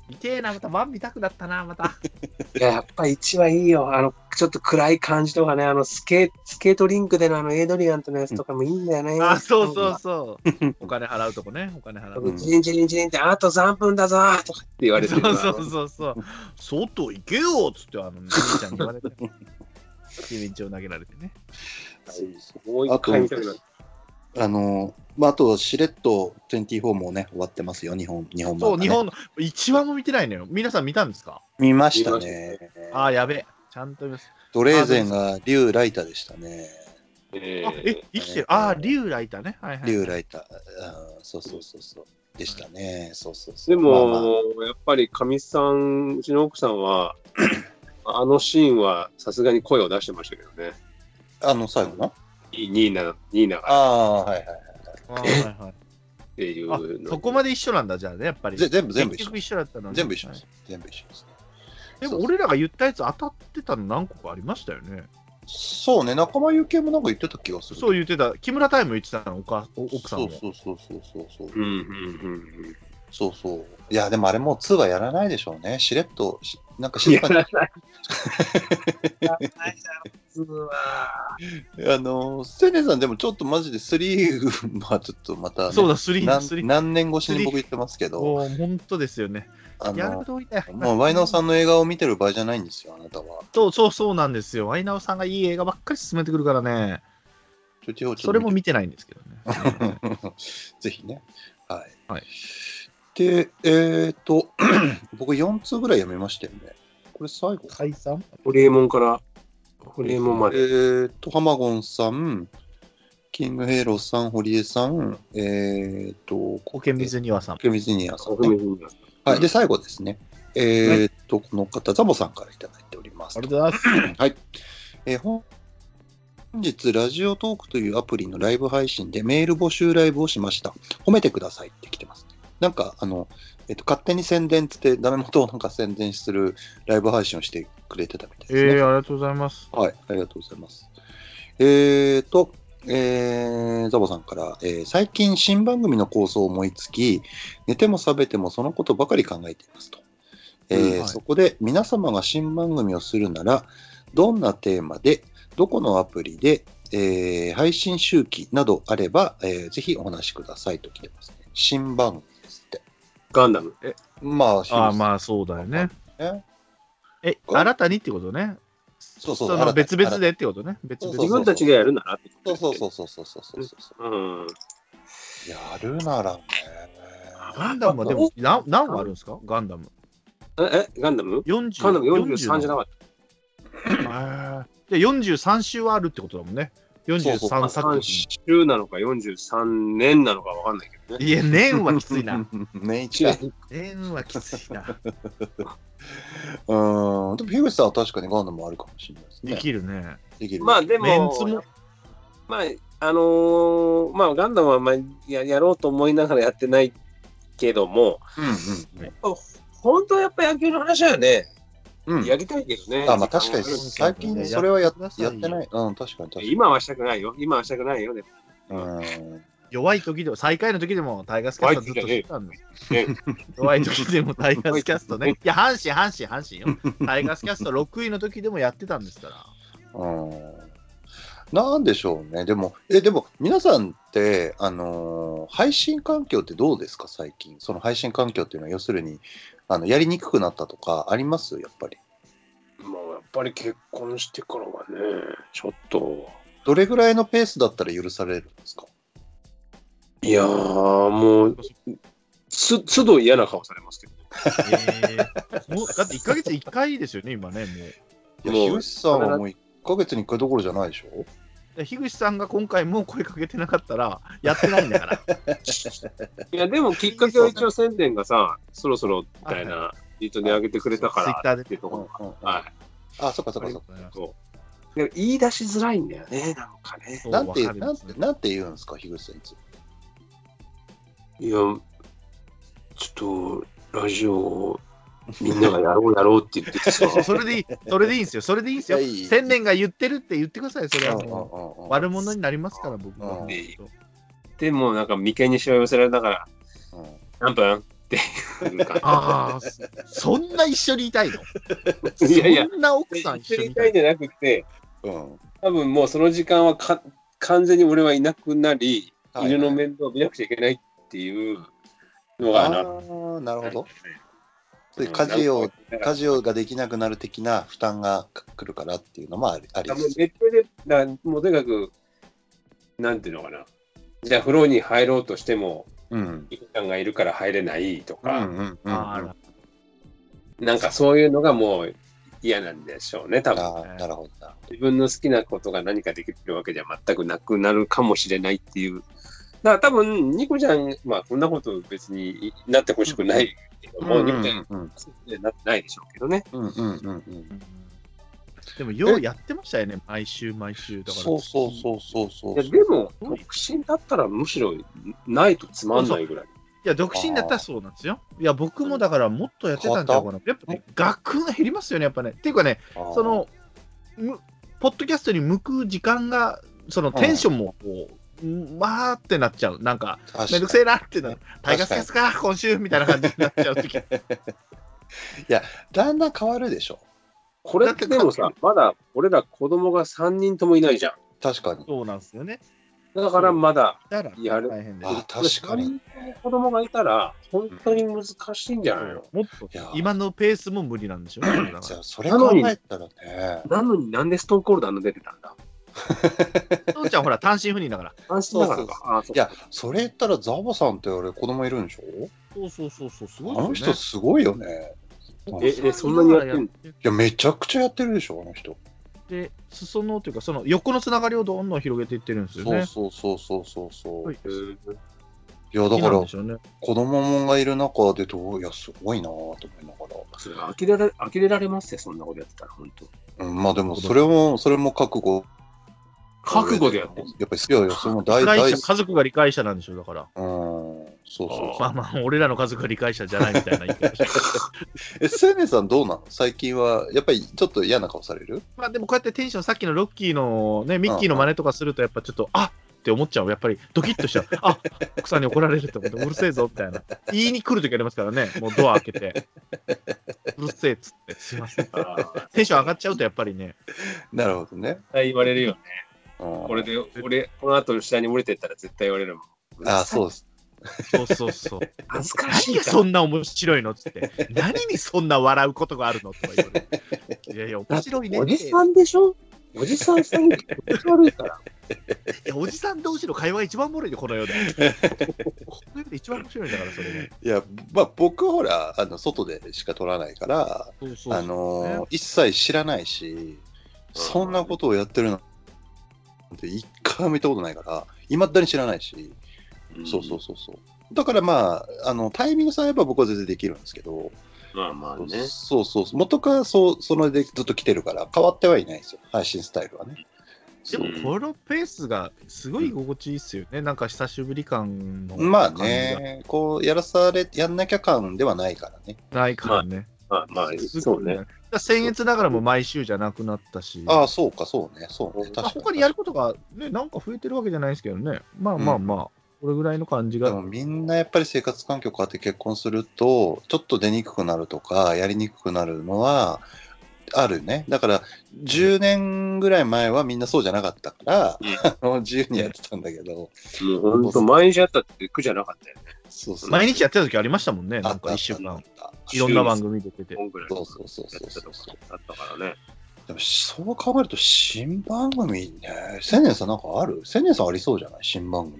痛えな、また万見たくなったな、また。
いややっぱ1はいいよ。あの、ちょっと暗い感じとかね、あのスケ、スケートリンクでのあのエイドリアンとのやつとかもいいんだよね。
あ、そうそうそう。 お金払うとこね、お金払う。
うん
ジリンジリンジリンって、あと3分だぞーとかって言われて
そ
るわ
うそうそうそう。外行けよっつって、あの、みちゃんに言われて。 君一応投げられてね。
もう一回見たくなる。
あの、まあ、あと、しれっと24もね、終わってますよ、日本、日本版
そ
が
う、
ね
日本の、一話も見てないのよ。皆さん見たんですか
見ました
見
ね。
ああ、やべえ。ちゃんと見ます。
ドレーゼンがリュウライターでしたね。
え
あえ、生きてる。ああ、竜ライターね。はいはい。
リュウライター、あーそうそうそうそう。でしたね。そうそうそう。
でも、
まあまあ
やっぱりかみさん、うちの奥さん は、あのシーンはさすがに声を出してましたけどね。
あの、最後の
ニーナ、ニーナがっ
ああー、はいはいはい。
あーはいはい
ていう
あ
の。
そこま
で。
で一緒なんだ、じゃあね、やっぱり。
ぜ全部全部
結
一緒
局。一緒だったのね
全部一緒で
はい
す。全部一緒ですね。
でも俺らが言ったやつ当たってたの何個かありましたよね。
そうね、仲間由紀恵もなんか言ってた気がする。
そう言ってた、木村太も言ってたの、お母お奥さんも。
そうそうそうそうそうそう。
うんうん
そうそう。いや、でもあれもう2はやらないでしょうね。しれっとし、なんか
うん。
静
や
からに、
な
あ
い。やらないだろ、普通は。
のー、セネさんでもちょっとマジで3はちょっとまたね、
そうだ、スリー、
何
スリー。
何年越しに僕言ってますけど、
おー本当ですよね。
あ
やる
の、
通りだよ。
もうワイナオさんの映画を見てる場合じゃないんですよ、あなたは。
そうそうそうなんですよ。ワイナオさんがいい映画ばっかり勧めてくるからね。
ちょちょちょ
それも見てないんですけどね。
ぜひね。はい。
はい
で、えっ、と、 僕4通ぐらい読みましたよね。これ最後。
解散
ホリエモンから、ホリエモンま
えっ、
で。
と、ハマゴンさん、キングヘイローさん、堀江さん、えっ、と、
コケミズニワさん。
ケミズニアさん、
国
ね。
民が
はい。で、最後ですね。えっ、と、この方、ザボさんからいただいております。
ありがとうございます。
はい。えー本日、ラジオトークというアプリのライブ配信でメール募集ライブをしました。褒めてくださいって来てます。なんか、あの、えっと、勝手に宣伝つって、ダメ元をなんか宣伝するライブ配信をしてくれてたみたい
え
ですね。
ー、ありがとうございます。
はい、ありがとうございます。えーと、えーザボさんから、えー最近新番組の構想を思いつき、寝ても覚めてもそのことばかり考えていますと。えー
うんはい
そこで皆様が新番組をするなら、どんなテーマで、どこのアプリで、えー配信周期などあれば、えーぜひお話しくださいと来てますね。新番組ですって。
ガンダム。
まあ、
ああ、まあそうだよね。
ね
え、
うん
新たにってことね。
そうそう
の別々でってことね。別
そう
々
そう
自
そう
分たちがやるならって
そうそう
う。
そうそうそうそうそうそう。
うん。
やるならね。
ガンダムはでも何何話あるんですかガンダム。
え、えガンダム
40
ガンダム43じゃなかった。
あーで43週はあるってことだもんね。
そうそ
43作
3
品。
週なのか43年なのかわかんないけどね。
いや、年はきつい な。。
年一だ。
年はきついな。
うーん。でも、樋口さんは確かにガンダムあるかもしれないですね。
できるね。
できる。
まあで
メン
も
ツ、も。
まあ、あのーまあガンダムはまあややろうと思いながらやってないけども、
うんうん
本当はやっぱ野球の話はね、
うん。うん
やりたいけどね。
あまあ確かに最近それはややってない。うん、確かに確かに。
今はしたくないよ。今はしたくないよね。
う
弱い時でも、最下位の時でもタイガースキャストずっとしてたんだよ
ね
弱い時でもタイガースキャストね。いや、阪神、阪神、阪神よ。タイガースキャスト6位の時でもやってたんですから。
ん。うん。なんでしょうね。でも、え、でも、皆さんって、あのー配信環境ってどうですか、最近。その配信環境っていうのは、要するに、あの、やりにくくなったとか、ありますやっぱり。
まあやっぱり結婚してからはね、ちょっと。
どれぐらいのペースだったら許されるんですか
いやーもう、つ都度嫌な顔されますけど。
もうだって1ヶ月1回ですよね、今ね。もう
いや、
もう
樋口さんはもう1ヶ月に1回どころじゃないでしょ
で樋口さんが今回もう声かけてなかったら、やってないんだから。
いや、でもきっかけは一応宣伝がさ、そろそろみたいなリートで上げてくれたからっていうところが。
あ、
はい。
そっかそっかそっ
そう。でも言い出しづらいんだよね、なんかね。
か。
そう
なんて、
わかり
な
ま
ん
すね
て、なんて言うんですか、樋口さんいつも。
いや、ちょっと、ラジオ、みんながやろうやろうって言っててさ
そうそう、それでいい、それでいいんですよ、それでいいんですよ
いやいい。
千年が言ってるって言ってください、それは
うんうん
も
うんう
う。
ん
悪者になりますから、僕
う
は
ん。
でも、なんか眉間にしわ寄せられながら、
うん
何分っていうか。
ああ、そ んな一緒にいたいの
いやいや、
そんな奥
一
さ
緒
ん
に
一緒に
い
い
た
た
いん
い
じゃなくて、
うん
多分もうその時間はか完全に俺はいなくなり、
はい
犬の面倒を見なくちゃいけないっていうの
あ
がな。
ーなるほど。そううんいう家
な
事
ん
を
か、だから
家事をができなくなる的な負担が来るからっていうのもあり、あり
もう
です
ネットで、だからもうとにかく、なんていうのかな。じゃあ、風呂に入ろうとしても、
うん。
一旦がいるから入れないと
うんう
か、
んうんうん。
あ
あ
ら
なんかそういうのがもう嫌なんでしょうね、多分。
ーなるほどな。
自分の好きなことが何かできるわけじゃ全くなくなるかもしれないっていう。だから多分、ニコちゃん、まあこんなこと別になってほしくないけども、
うんう
ニコ
ん
ち
う
ゃん
んうん
になってないでしょうけどね。
うんうんうんうん。
でも、ようやってましたよね、毎週毎週。だから
そうそうそうそうそう
いや。でも、独身だったらむしろないとつまんないぐらい。
いや、独身だったらそうなんですよ。いや、僕もだから、もっとやってたんちゃうかな。やっぱね、学訓が減りますよね、やっぱね。っていうかね、
あー
その、むポッドキャストに向く時間が、そのテンションもこう、うんわーってなっちゃう。なんか、めんどくせえなってな、タイガースですか、今週みたいな感じになっちゃう時
だんだん変わるでしょ。
これってでも
だっ
さ
て、
まだ俺ら子供が3人ともいないじゃん。
確かに。
そうなんですよね。
だからまだ、
だから、
やる
大変で
あ確かに。
子供がいたら、本当に難しいんじゃないの、
もっと
いや、
今のペースも無理なんでしょうね。だから
じゃあそれ考えたらね。
なのになんでストーンコールドあんな出てたんだ
父ちゃんほら、単身赴任だから。
安心だから
そう
か。ああそう
いや、それ言ったらザボさんって俺子供いるんでしょ
そうそうそうそう、すごい
あの人すごいよね。
ええそんなにやってんの
る
いや、めちゃくちゃやってるでしょ、あの人。
で、裾野というか、その横のつながりをどんどん広げていってるんですよね。
そうそうそうそうそう。、
はいい
うん
や、だ
好きな
か
ん
ら
でしょうね。
子供もんがいる中でどう、いや、すごいなぁと思いなが
それ呆れられ呆れられますよ、そんなことやってたら、本当。
ら。うん、まあでも、それも、それも覚悟。
覚悟でやって
や
る。
っぱり、いやいや、それも大
理
大
解
うん、
者、家族が理解者なんでしょう、だから。
そうそうそ
まあまあ、俺らの家族が理解者じゃないみたいな言ってましたけど
う。え、せねさんどうなの最近は、やっぱりちょっと嫌な顔される
まあでもこうやってテンション、さっきのロッキーのね、ミッキーの真似とかすると、やっぱちょっと、あっって思っちゃう。やっぱりドキッとしちゃう。あ奥さんに怒られると思って、うるせえぞみたいな。言いに来るときありますからね、もうドア開けて。うるせえっつって、すいません。テンション上がっちゃうと、やっぱりね、
なるほどね。
絶対言われるよね。
うん、
これで、俺、この後下に降りてったら絶対言われるもん。
あ、そうです。
そうそうそう。
恥ずかし
何
い
が
から
そ。んな面白いのっつって、何にそんな笑うことがあるのとか言われる。いやいや、面白いねっ
お
て。
じさんでしょおじさんさん気持ち悪いから。
いやおじさん同士の会話が一番おもろいで、この世で。この世で一番面白いんだから、それが。
いや、まあ僕ほら、あの、外でしか撮らないから、
そうそう
あのー一切知らないし、そんなことをやってるのって一回も見たことないから、いまだに知らないし、そうそうそうそう。だからまあ、あのタイミングさえ合えば僕は全然できるんですけど、
うん。まあまあね。
そうそうそう、元からそうそれでずっと来てるから、変わってはいないんですよ、配信スタイルはね。
で
そう
もこのペースがすごい居心地いいっすよね、なんか久しぶり感の
まあ
感じ
ね、こう、やらされ、やんなきゃ感ではないからね。
がないからね。
まあまあ、そうね
だ。から僭越ながらも毎週じゃなくなったし、
ああ、そうか、そうね、そうね、確か
まあ
に。
他にやることが、ね、なんか増えてるわけじゃないですけどね、まあまあまあ、これぐらいの感じ
で
が
も、みんなやっぱり生活環境変わって結婚するとちょっと出にくくなるとかやりにくくなるのはあるねだから10年ぐらい前はみんなそうじゃなかったから、 あの自由にやってたんだけど、
もう本当、毎日やったって苦じゃなかったよね。
そうそう
毎日やってた時ありましたもんね、
あ
な
っ
ん
た
か1
あっ
週
たあ
間
っ、た
いろんな番組出てて。
本ぐらい。
そうそうそうそう
やって
そ
た
う
とこだったからね。
でもそう考えると新番組ね千年さんなんかある千年さんありそうじゃない新番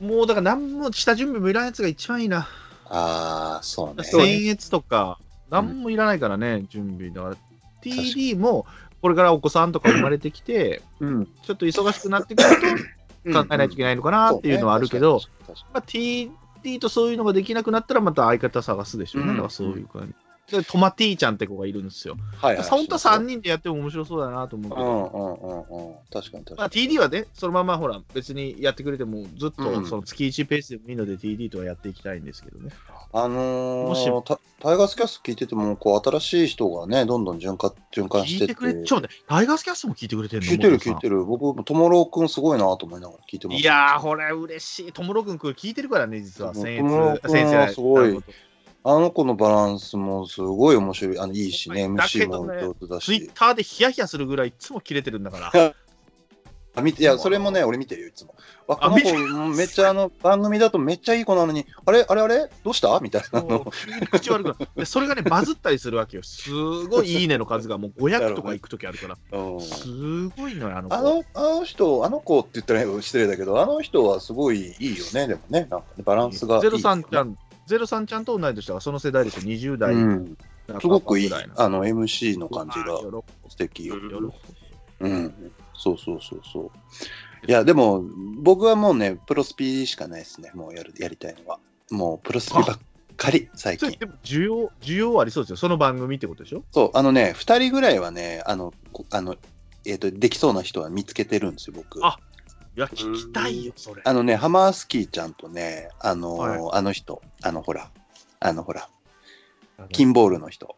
組
もうだから何も下準備もいらないやつが一番いいな。
ああそうね
そうね
僭越とか、何もいらないからね、準備。だから TD もこれからお子さんとか生まれてきて、
うん。
ちょっと忙しくなってくると 考えないといけないのかなっていうのはあるけど、
そうね確かに確かに
まあ、TD とそういうのができなくなったらまた相方探すでしょうね。
うん
だからそういう感じ。で、トマティちゃんって子がいるんですよ。
はいはい
本当は3人でやっても面白そうだなと思うけど、
うんうんうんうん確かに確
ま
か
あ、
に
TD はね、そのままほら、別にやってくれても、ずっ
うん
とその月1ペースでもいいので TD とはやっていきたいんですけどね。
あのー
もした
タイガースキャスト聞いてても、こう新しい人がね、どんどん循環循環し
聞
て
いてくれ、ちょっと待って、タイガースキャストも聞いてくれてるの
聞いてる
森田さ
聞
ん
いてる。僕も、ともろうくんすごいなと思いながら聞いてます。
いやー、ほら、嬉しい。ともろくん、これ聞いてるからね、実は。
そう
先
ともろ
月、
くん
先生
すごいあの子のバランスもすごい面白い。あの、いいしね、
だけ
MC
ど
も
ね
上手だ
ツイッ
し。
ターでヒヤヒヤするぐらい、いつも切れてるんだから。
あ見ていや、それもね、俺見てるよ、いつも。わこの
見
子、めっちゃあの、番組だとめっちゃいい子なのに、あれあれあれどうしたみたい なの。
急に口悪くなるでそれがね、バズったりするわけよ。すごいいいねの数がもう500とかいくときあるから、
うん
すごいのよ、あの子
あのあの人、あの子って言ったら失礼だけど、あの人はすごいいいよね、でもね、なんかねバランスがいい
ゼロさんちゃん、ゼロさんちゃんと同い年だから、その世代でしょ、20代
うん、すごくいい、
半ば
あの MC の感じ
うわ
が
ー
素敵よ。
うん
喜ぶ喜
うん、そうそうそうそう。いや、でも僕はもうね、プロスピしかないですね、もうやるやりたいのは。もうプロスピばっかり、最
ぶそれ
近。
でも需要、需要ありそうですよ、その番組ってことでしょ。
そう、あのね、2人ぐらいはね、あの、こあのえっとできそうな人は見つけてるんですよ、僕。
あいや、聞きたいよ、それ。
あのね、ハマースキーちゃんとね、あのーあの人、あのほら、あのほら、キンボールの人、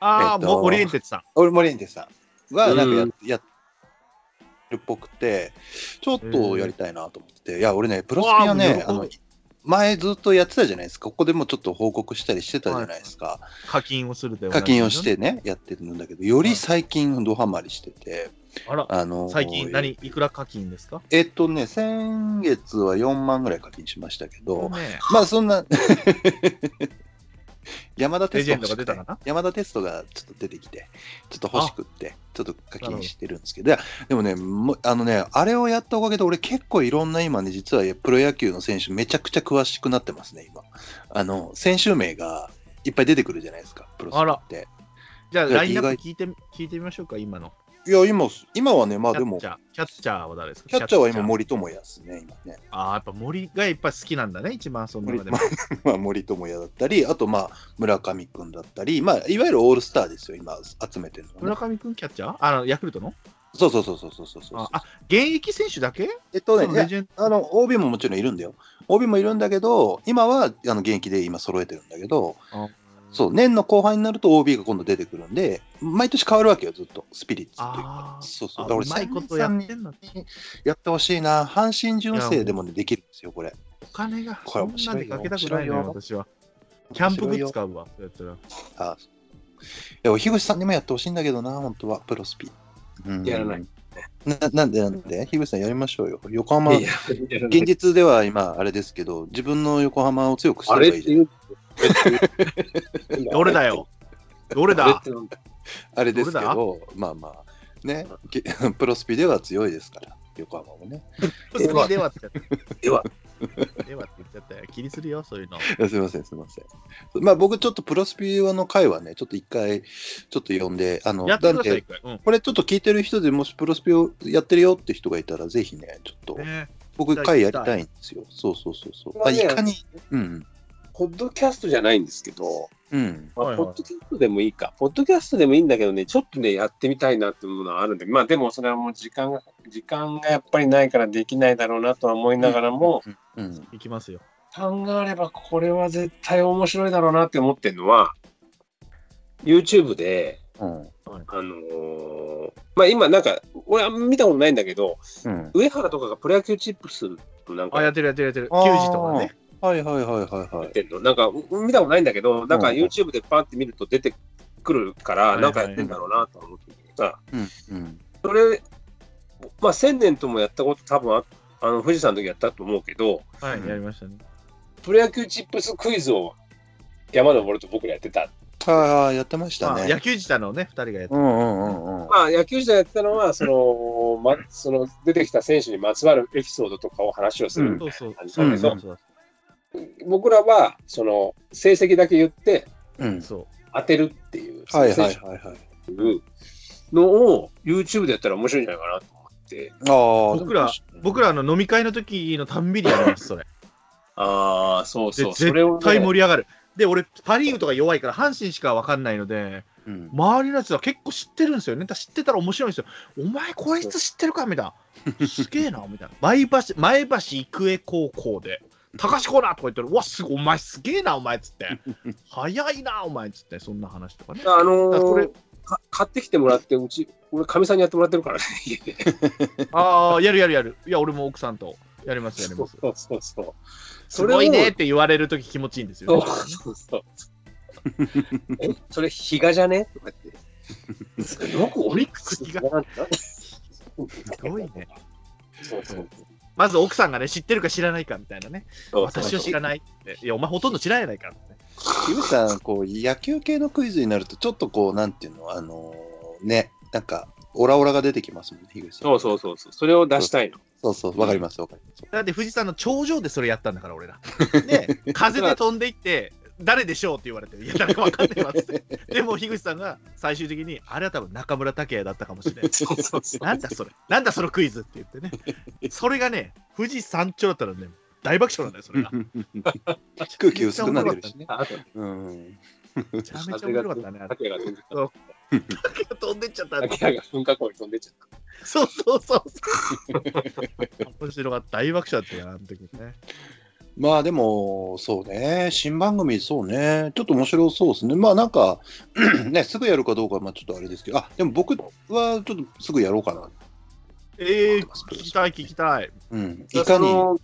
ああ、
えっと
もうオリエンテッドさん。
オルモレンテさん。はなんかや,、
う
やるっぽくてちょっとやりたいなと思ってて、いや俺ねプロスピは
うわ
ね
ー
あ
もう
の前ずっとやってたじゃないですかここでもちょっと報告したりしてたじゃないですか、
課金をするで
課金をしてねやってるんだけどより最近ドハマりしてて、
あら
あのー
最近何いくら課金ですか
えっとね先月は4万ぐらい課金しましたけど、
ね
まあそんな 山田テ
レ
ス
ジ
ト
ェン
欲
ドが出た
しくて
かな
山田テストがちょっと出てきてちょっと欲しくってちょっと課金してるんですけどいやでもねもうあのねあれをやったおかげで俺結構いろんな今ね実はプロ野球の選手めちゃくちゃ詳しくなってますね今あの選手名がいっぱい出てくるじゃないですかプロス
あら
って
じゃあ
いや
ラインナッ
意
プ聞いてみ聞いてみましょうか今の
いや今今はねまあ
キャ
で
ッ
も
チャーキャッチャーは誰ですか
キャッチャーは今森友哉ですね今ね
ああやっぱ森がやっぱ好きなんだね一番その中でも
まあ、森友哉だったり、あとまあ村上君だったり、まあ、いわゆるオールスターですよ、今集めてるのは
村
ね、
上君キャッチャーあのヤクルトの
そうそうそうそうそうそうそう
ああ現役選手だけ
えっと
そ
ね、い
のレ
や
ジェン
あの OB ももちろんいるんだよ。OB もいるんだけど、今はあの現役で今揃えてるんだけど
あ、
そう、年の後半になると OB が今度出出てくるんで、毎年変わるわけよ、ずっと、スピリッツっていうか。
あー
そうそう、
あ
だから
う
俺
まいことやってんの
三人やってほしいな、阪神純正でもね、できるんですよ、これ。
お金が
こ
そ
れ
んなで
面白いよ
かけたくないのよ
面
私はキャンプグッ
面白い
ズ
よ
買うわやったら
あいや、お樋口さんにもやってほしいんだけどな、本当は、プロスピ。うん
やらない。
ななんでなんで樋口さんやりましょうよ。横浜、
いややらない
現実では今、あれですけど、自分の横浜を強くした
あ
方が
れ
い
っ
い
て
じゃん
言うって
どれだよどれ
あれ
だ
ってなんだ
あれですけど、まあまあ、ね、け プロスピでは強いですから、横浜もね。
ではではって
では
ではって言っちゃったよ気にするよそういうの
いやすいません、すいません。まあ僕、ちょっとプロスピの回はね、ちょっと一回、ちょっと呼んで、あの、
やってく
な
だ
ん
さい一
で、
回うん
これちょっと聞いてる人でもしプロスピをやってるよって人がいたら、ぜひね、ちょっと、
ね
僕、回やりたいんですよ。そうそうそうそう。まあ、いかに、うん、
ポッドキャストじゃないんですけど、
うん。
まあ
はいはい
ポッドキャストでもいいか、ポッドキャストでもいいんだけどね、ちょっとね、やってみたいなっていうものはあるんで、まあでもそれはもう時間が、時間がやっぱりないからできないだろうなとは思いながらも、
うん、
いきますよ
考えればこれは絶対面白いだろうなって思ってるのは、YouTube で、
うん、
あのーまあ今なんか、俺は見たことないんだけど、
うん。
上原とかがプロ野球チップスなんか
あや
や
っ
って
るやってるやってる
あー
球児とかね
はいはいはいはいはい。
てんの、なんかう見たことないんだけど、なんか
うん
YouTube でパンって見ると出てくるか
はい
ら、
はい
なんかやってんだろうなとは思ってるけどさ、
うんうん
それ、まあ、千年ともやったこと、多分ああの富士山の時やったと思うけど、
はいやりましたね
プロ野球チップスクイズを山登ると僕らやってた。
はいはい、やってました
まあ
ね。
野球児たのね二人がやって
うんうんうんうん。
まあ、野球時代やってたのは、その、ま、その出てきた選手にまつわるエピソードとかを話をする。
そうそう
うん
そうそうそう
僕らは、その、成績だけ言って
うん、
そう
当てるっていう、
はいはい
選
はい
手っ
はい。
ていうのを YouTube でやったら面白いんじゃないかなと思って。
ああ、
僕ら僕
ら、
らあの飲み会の時のたんびにやりますそれ
ああ、そう
で
そう。それを、
絶
ね、
対盛り上がるで俺パ・リーグとか弱いから阪神しか分かんないので
うん、
周りのやつは結構知ってるんですよね。だから知ってたら面白いんですよ。お前こいつ知ってるかみたいな。すげえなみたいな。 前橋前橋育英高校で高橋コーナーとか言ってる。うわすごいお前すげえなお前っつって。早いなお前っつってそんな話とかね。
あの
だか
ー
らこれ
か買ってきてもらって、うち、俺、かみさんにやってもらってるからね、家で。
ああやるやるやる。いや俺も奥さんとやりますやります。
そうそうそう。
すごいねっ
を。
て言われるとき気持ちいいんですよ、
そう
ね。
そうそう。え、それ、比嘉じゃねとか言って。よくオリックス
比嘉
なんだ
すごいね。
そうそう
まず奥さんがね知ってるか知らないかみたいなね。
そう。
私は知らないって。いやお前ほとんど知らないからって。
ゆうさん、こう、野球系のクイズになると、ちょっとこう、なんていうの、あのーね、なんか、オラオラが出てきますもんね、樋口さん。
そうそうそうそう。それを出したいの。
そうそう、わかります、わかり ます。
だって富士山の頂上でそれやったんだから俺ら。で、風で飛んでいって、誰でしょうって言われて、いや、誰か分かんないわって。でも、樋口さんが最終的に、あれは多分中村拓也だったかもしれない。
そうそうそう。
なんだそれ、なんだそのクイズって言ってね。それがね、富士山頂だったらね、大爆笑なんだよ、それが。
空気薄くなってるしね。
あと、
うん。
めちゃめちゃ面白か ったね。あれ
竹谷が飛んでった。
竹が飛んでっちゃった。
竹谷が噴火口に飛んでっちゃっ
そうそうそうそう。面白かった。大爆笑だったよ、あの時ね。
まあでも、そうね、新番組、そうね、ちょっと面白そうですね。まあなんか、 ね、すぐやるかどうかはまあちょっとあれですけど、あでも僕はちょっとすぐやろうかな。
ええ聞きたい、聞きたい。
うん、い
だ
か
から
に、
その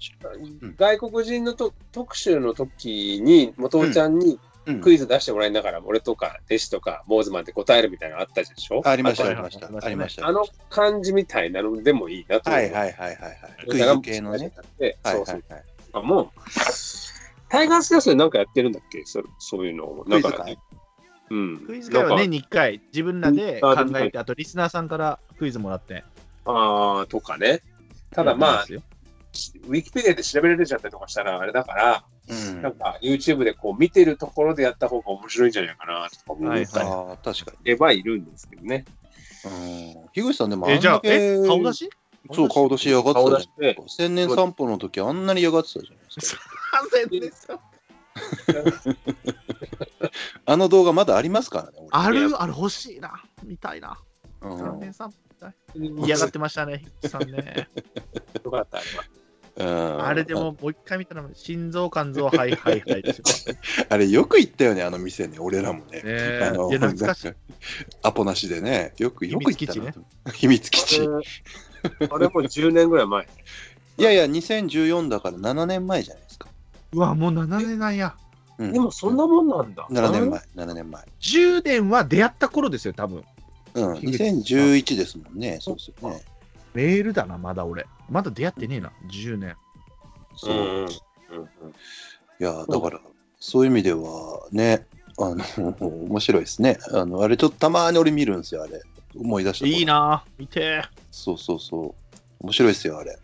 外国人のと特集の時に、元尾ちゃんに
うん
クイズ出してもらいながら、俺とか弟子とか坊主マンって答えるみたいなのあったでしょ
ありました、あ
は
り
い
ました
はい、はい
ありました。
あの感じみたいなのでもいいなと思
は
う。
いはいはいはいはい。ク
だか
イズ
ら
系のね。。
で
はい
そう
はいは
そう
い。
とかも、タイガースキャストでなんかやってるんだっけそそういうのを。
ク
な
イ
ん
ズ
か
会。
うん。
クイズ会は
なんか
年に1回、自分らで考えて、あとリスナーさんからクイズもらって。
ああ、とかね。ただまあ、
やってますよ
ウィキペディアで調べられちゃったりとかしたらあれだから、
うん
なんか YouTube でこう見てるところでやった方が面白いんじゃないかなとか思
はい
ったり
ああ、確か
えばいるんですけどね。
に。うん。樋口さんでもあん
え、
だ
じゃあ、
け
え、顔出し
そう、顔出しやがってたじゃ
顔
な
出
い
して、
千年散歩の時あんなに嫌がってたじゃないですか。
完全ですよ
あの動画まだありますからね。俺
ある、あれ欲しいな。見たいな。
うん
三年さん嫌
嫌
が
が
っ
って
ましたね、ヒッチさんね。
て よかった。あれは
うん
あれでも、もう一回見たら、心臓、肝臓、はいはいはいですよ。
あれよく行ったよね、あの店ね、俺らもね。
ねえ
あの
いや、懐かしい。
なんアポなしでね、よくよく行ったな
秘密基地
と。秘密基地。
あれも10年ぐらい前。
いやいや、2014だから7年前じゃないですか。
うわ、もう7年なんや。
うん
でもそんなもんなんだ。
7年前、7年前。
10年は出会った頃ですよ、多分。
うん、
樋口さん
2011ですもんね、そうですよね。
メールだな、まだ俺。まだ出会ってねえな、10年。
そうう
う
ん
ん
いや、だから、そういう意味ではね、あの、 面白いですね。あの、あれちょっとたまに俺見るんですよ、あれ。思い出した。
いい。なぁ、見て
そうそうそう。面白いですよ、あれ。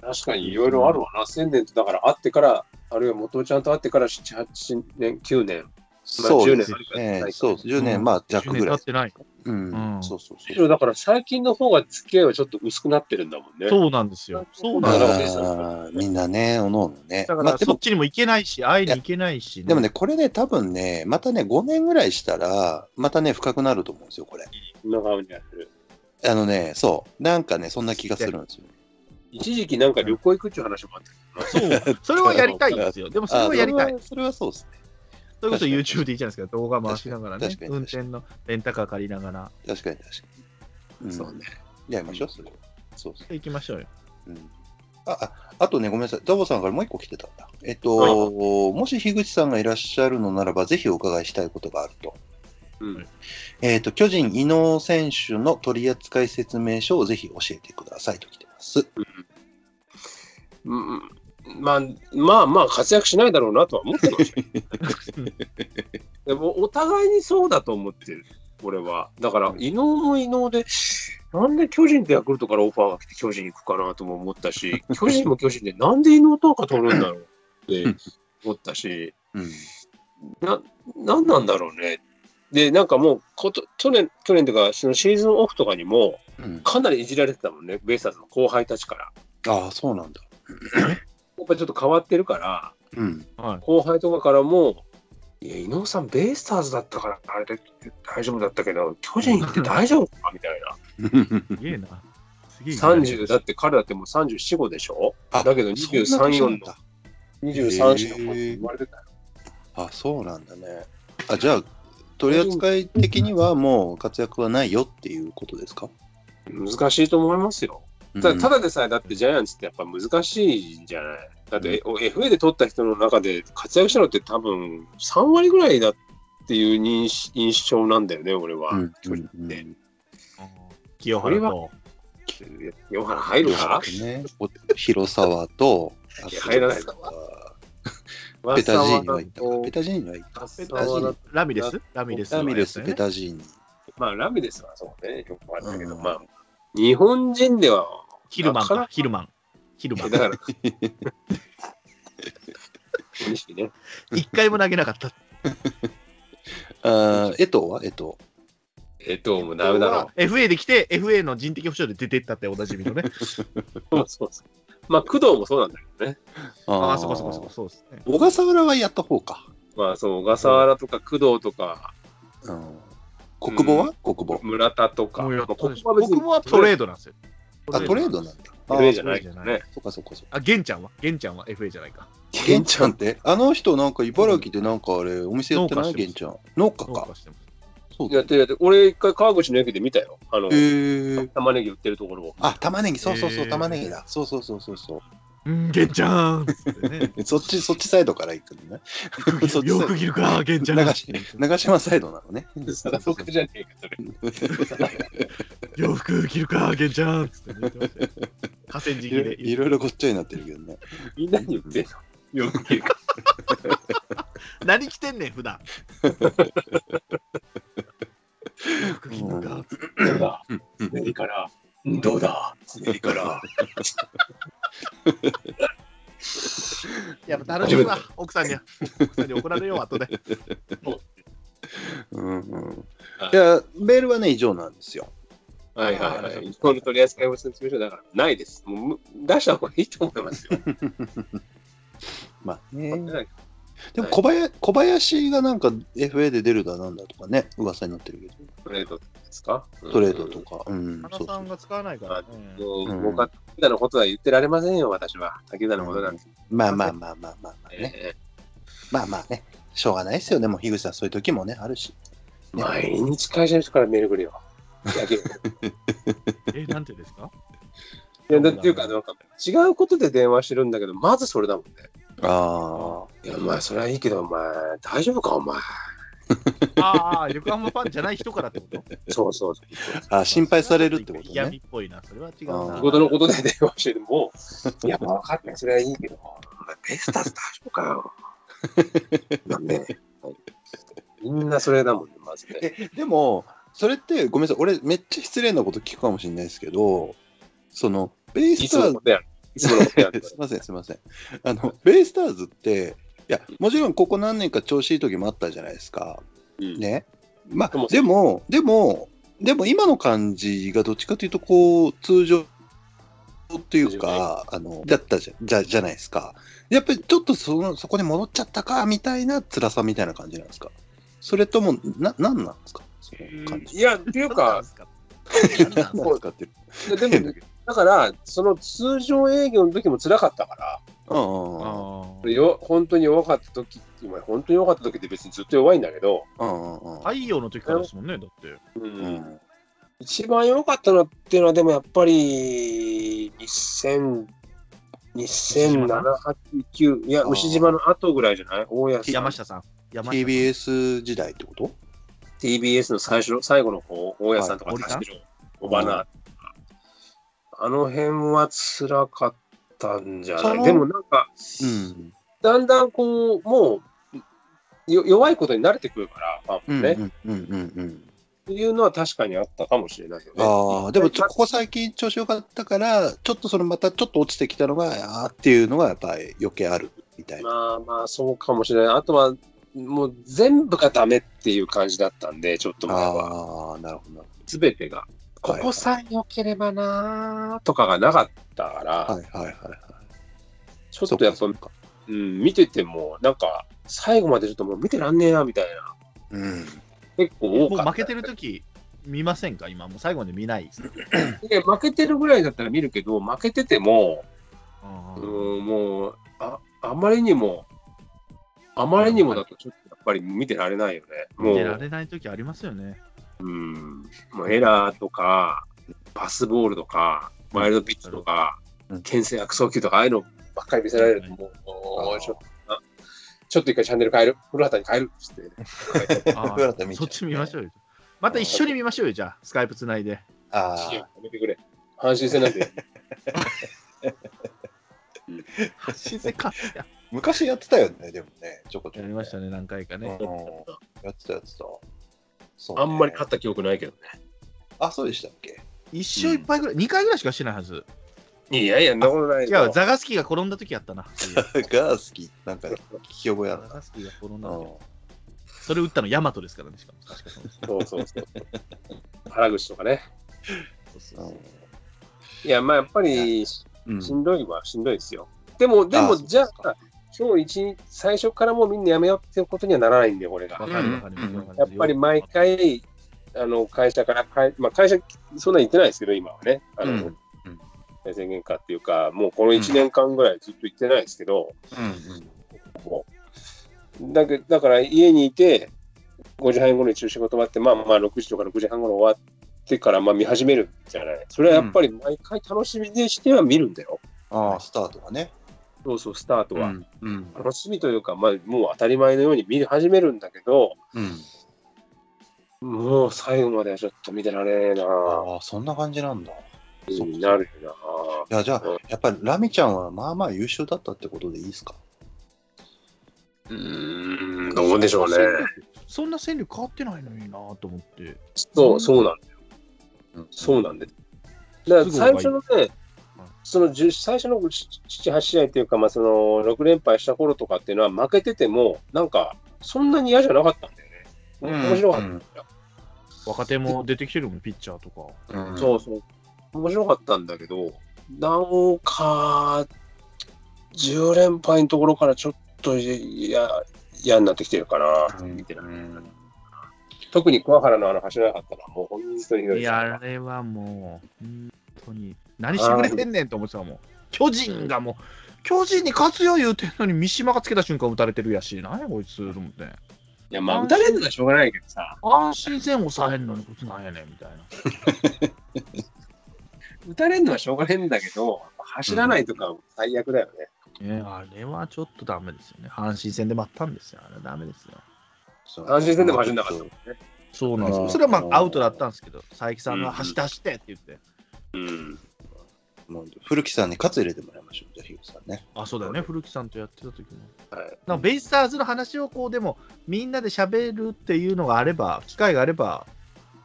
確かにいろいろあるわな。千年とだから会ってから、あるいは元々ちゃんと会ってから7、8年、9年。
そうです
10年あるから
ね。そう、10
う
年、
ん
まあ、
え。
弱
経
ぐらい
っ。てない。
うん
う、ん
そうそうそう
むし。ろだから最近の方が付き合いはちょっと薄くなってるんだもんね。
そうなんですよ。そう
ま
な
あ
んですよ。
あーみんなね、おのおのね。
だか
まあ
ら、
で
そっ
も、
ちにも行けないし、会いに行けないし。
でもね、これね、多分ね、またね、5年ぐらいしたら、またね、深くなると思うんですよ、これ。
長尾にやってる。
あのね、そう、なんかね、そんな気がするんですよ。
一時期なんか旅行行くっていう話もあったけどな。
そう、それはやりたいんですよ。でも、それ
あ
は
ー
やりたい。。
それはそうですね。
それこそ
確かに
YouTube でいいじゃないですか。動画回しながらね
確。かに
運
確か
転のレンタカー借りながら。
確かに確かに。ん
そうね。
やりましょう、それ。そうそう。
行きましょうよ。
うんあああとね、ごめんなさい、ザボさんからもう一個来てたんだ。えっと、もし樋口さんがいらっしゃるのならば、ぜひお伺いしたいことがあると。
うん
えっと、巨人、伊能選手の取扱説明書をぜひ教えてくださいと来てます。
うんまあまあまあ活躍しないだろうなとは思ってましたよでもお互いにそうだと思ってる俺はだから異能も異能でなんで巨人とヤクルトからオファーが来て巨人行くかなとも思ったし巨人も巨人でなんで異能とか取るんだろうって思ったし
うん。
ななんなんだろうねでなんかもうこと去年去年というかそのシーズンオフとかにも
うん、
かなりいじられてたもんねベイスターズの後輩たちから
ああ、そうなんだ。
やっぱりちょっと変わってるから
うん。
はい。
後輩とかからも、いや、伊能さん、ベイスターズだったから、あれで大丈夫だったけど、巨人行って大丈夫かみたい な。
すげえな。すげえな。
30、だって彼だってもう34、5でしょ
あ
だけど23、
そんな年なん
4の
だ、
23、4の子って言われてたよ。
あ、そうなんだね。あ、じゃあ、取扱い的にはもう活躍はないよっていうことですか
難しいと思いますよ。ただただでさえ、だってジャイアンツってやっぱ難しいんじゃないだって、お FA で取った人の中で活躍したのって多分3割ぐらいだっていう認識印象なんだよね、俺は。
うん、
巨人って。
うん
清原と。
ヨハ入るか
ね、お広沢と、あ
いや入らない
ペタジーニはいたか。ペタジーニはいた。
タジ
タジーニ
ラミレスラミレス。
ラミレス、ペ
ね。
タジーニ。
まあ、ラミレスはそうね、よくあったけど、
うん
まあ、日本人では、
ヒルマン
な
か
か。
ヒルマン。ヒル
な
マン
か。だから、意識ね。
一回も投げなかった。
あー江藤は江藤。
えっと、もう ダメだろ
FA で来て、FA の人的保障で出てったっておなじみのね。
う。そうそうそう。まあ、工藤もそうなんだけどね。
ああ、そこそこそこ、そうですね。
小笠原はやった方か。
まあ、そう、小笠原とか工藤とか、
うん、国母は、国母。
村田とか、
もうやったでし
ま
ょ
あここは別に
僕もはトレードなんですよ。ト
あ、トレードなんだ。
トレーじゃないけど
トレー
ね。
そっかそっかそっか。
あ、玄ちゃんは玄ちゃんは FA じゃないか。
ゲンちゃんって、あの人なんか茨城でなんかあれ、お店やってない
農家
ゲ
してます
ンちゃん。農家
そう
か
か。してます
そう
やっ。
だ
てるやってる、俺一回川口の駅で見たよ。あの、
へー
玉ねぎ売ってるところを。
あ、玉ねぎ、そうそうそ
へ
う、
ー
玉ねぎだ。そうそうそうそうそう。
うん、玄ちゃんっつってね
そっち、そっちサイドから行くのね。 そっち
よく着るか、玄ちゃん。
流し長島サイドなのね。
そうそうじゃねえか、それ。
洋服着るか、玄ちゃんっつって言ってましたよ。河川敷
いろ
で
いろいろごっちゃになってるけどね。
みんなに言ってんの。よく聞く。
何着てんねん、普段。洋服着るか。
どうだ
うん
ネリから。どうだネリから。
やっぱ楽しいわ、奥さんには。奥さんに怒られよう、後で。
うんうん。いや、メールはね、以上なんですよ。
はいはいはい。この取り扱いを説明書だから、ないです。もうむ出した方がいいと思いますよ。
まあね。でも小林、小林がなんか FA で出るだなんだとかね、噂になってるけど、
トレードですか
トレードと。か。うん、
花
そう
さ
そ
ん
う。
が使わないからね。
もう、
うん
僕は武田のことは言ってられませんよ、私は。武田のことなんです。
まあまあまあまあまあまあね。
え
まあまあね。しょうがないですよね。もう樋口さん、そういう時もね、あるし。
え毎日会社の人からメールくる よ。野球い
え、なんてですか
や、だっていうか、なんか違うことで電話してるんだけど、まずそれだもんね。
あ
いや、まあ、それはいいけど、お前、大丈夫か、お前。
ああ、横浜ファンじゃない人からってこと
そうそうそう。
あ、心配されるってこと
嫌味
ね。
っぽいな、それは違う
あ
な。
仕事のことで電話してても、 いや、まあ、分かった、それはいいけど、お前ベイスターズ大丈夫かよ。なんで、はいみんなそれだもんね、まずね。
え、でも、それって、ごめんなさい、俺、めっちゃ失礼なこと聞くかもしれないですけど、その、ベイ
い
ス
つ
タ
も
ー
のことやる。いつものことやる
す。いません、すいません。あの、ベイスターズって、いや、もちろんここ何年か調子いい時もあったじゃないですか。
うん
ね。ま
で
あ
も、
でも、でも、でも今の感じがどっちかというと、こう、通常っていうか、あの、だったじゃ、じゃ、じゃないですか。やっぱりちょっとその、そこに戻っちゃったか、みたいな辛さみたいな感じなんですか。それとも、な、なんなんですかその感じ。
いや、っていうか、
何なん
な
す
んですかって。
いやでも、だから、その通常営業の時も辛かったから、
うんうんうん
か、
よ本当に弱かった時今本当に弱かった時って別にずっと弱いんだけど、
うんうんうん。
太陽の時からですもんね、だって。
う
うんん。
一番良かったのっていうのはでもやっぱり2000 2007、8、9、いや、
あー
牛島の後ぐらいじゃない大家さん
山。下さん。山下さん
TBS 時代ってこと
TBS の最初、最後の方、大家さんとか、
はい森さん
田代小花。あの辺は辛かったんじゃ
そ
な
の
いでもなんか、
うん。
だんだんこう、もう、よ弱いことに慣れてくるから、ファンもね。っ
うんうんうんうん、
ていうのは確かにあったかもしれないよね。
ああでもちょここ最近調子良かったからちょっとそのまたちょっと落ちてきたのがあーっていうのがやっぱり余計あるみたいな。
まあまあ、そうかもしれない。あとは、もう全部がダメっていう感じだったんで、ちょっと前は。
ああなるほどなる
すべてが。ここさえ良ければなーとかがなかったから、
ほど。はいはいはいはい。
ちょっとやっぱ、
そううかそ
ん、見てても、なんか、最後までちょっともう見てらんねえな、みたいな。
うかうん。
結構
も
多か
う
った。
負けてる時見ませんか今、もう最後まで見ないです。
いや負けてるぐらいだったら見るけど、負けてても、
あ
う
ー
ん、もう、あ、あまりにも、あまりにもだとちょっとやっぱり見てられないよね。も
見てら
う、
れない時ありますよね。
うんもうエラーとか、パスボールとか、ワイルドピッチとか
うん、
牽制悪送球とか、ああいうのばっかり見せられると、もう、もうちょっと、あちょっと一回チャンネル変える、古畑に変えるっつって。
あ
古畑見
ー
ちゃ
そ
う
っち見ましょうよ。また一緒に見ましょうよ、じゃあ、スカイプつないで。
あ
いやや
あ
めてくれ。阪神戦なんて、
橋瀬か。や
昔やってたよねでもねちょこちょこ、ね。
りましたね、何回かね。
うんやってたやってた。そうね
あんまり勝った記憶ないけど
あそうでしたっけ
一生いっぱいぐらい、二回ぐらいしかしてないはず。
ね。いやいや、そんなことない
違う
よ、
ザガスキーが転んだ時やったな。ザ
ガースキーなんか聞き覚えある
ガスキーが転んだ
な。
時
う
や
ん
った。それ打ったのヤマトですからね、しかも。確かそうです
そうそうそう。原口とかね。
そうそうそう
いや、まあやっぱり、し
うん
んどいはしんどいですよ。でも、で
あ
も、
そう
じゃあ、今日一日、最初からもうみんなやめようってことにはならないんで、これが。
わかるわかります
うん
わかり
やっ
ます
ぱり毎回、あの会社からかい、まあ、会社、そんなに行ってないですけど、今はね、あの
うん
え宣言下っていうか、もうこの1年間ぐらいずっと行ってないですけど、だけだから家にいて、5時半頃に一応仕事終わって、まあまあ6時とか6時半頃終わってからまあ見始めるじゃない。それはやっぱり毎回楽しみにしては見るんだよ。
ああ、スタートがね。
そうそう、スタートは。
うんうん
楽しみというか、まあ、もう当たり前のように見始めるんだけど、
うん、
もう最後まではちょっと見てられねえなぁ。
ああ、そんな感じなんだ。そっか
になるよない
や、じゃあ
うん、
やっぱりラミちゃんはまあまあ優秀だったってことでいいですか
ぁ。うーん、どうでしょうね。
そんな戦力変わってないのになと思って。
そう、そうなんだよ。そうなんです。だから最初のね、その10最初の7、8試合というか、まあ、その6連敗した頃とかっていうのは負けてても、なんか、そんなに嫌じゃなかったんだよね。面白かったんだよ。
若手も出てきてるもん、ピッチャーとか。
うん
そうそう。面白かったんだけど、なんか、10連敗のところからちょっといや嫌になってきてるかな、見てない特に桑原のあの走らなかったのは、もう本当にひどい
い
です
や、あれはもう、本当に、何してくれてんねんと思ってたもん。巨人がもう、巨人に勝つよ言うてんのに、三島がつけた瞬間打たれてるやし、何やこいつと思って。
いやまあ、打たれるのはしょうがないけどさ、
安心せん抑えんのに、こいつなんやねんみたいな。
打たれるのはしょうがないんだけど、走らないとか最悪だよね。
ね、あれはちょっとダメですよね。阪神戦で待ったんですよ。あれはダメですよ。
そう
安心戦でも走んなかったもんね。
そうなんです
うん
よ。それはまあアウトだったんですけど、佐伯さんが走って走ってって言って。
うん。
もう古木さんに喝入れてもらいましょう、じゃあ、ヒロさんね。
あ、そうだよね。古木さんとやってた時も。
はい
なんかベイスターズの話をこう、でも、みんなで喋るっていうのがあれば、機会があれば、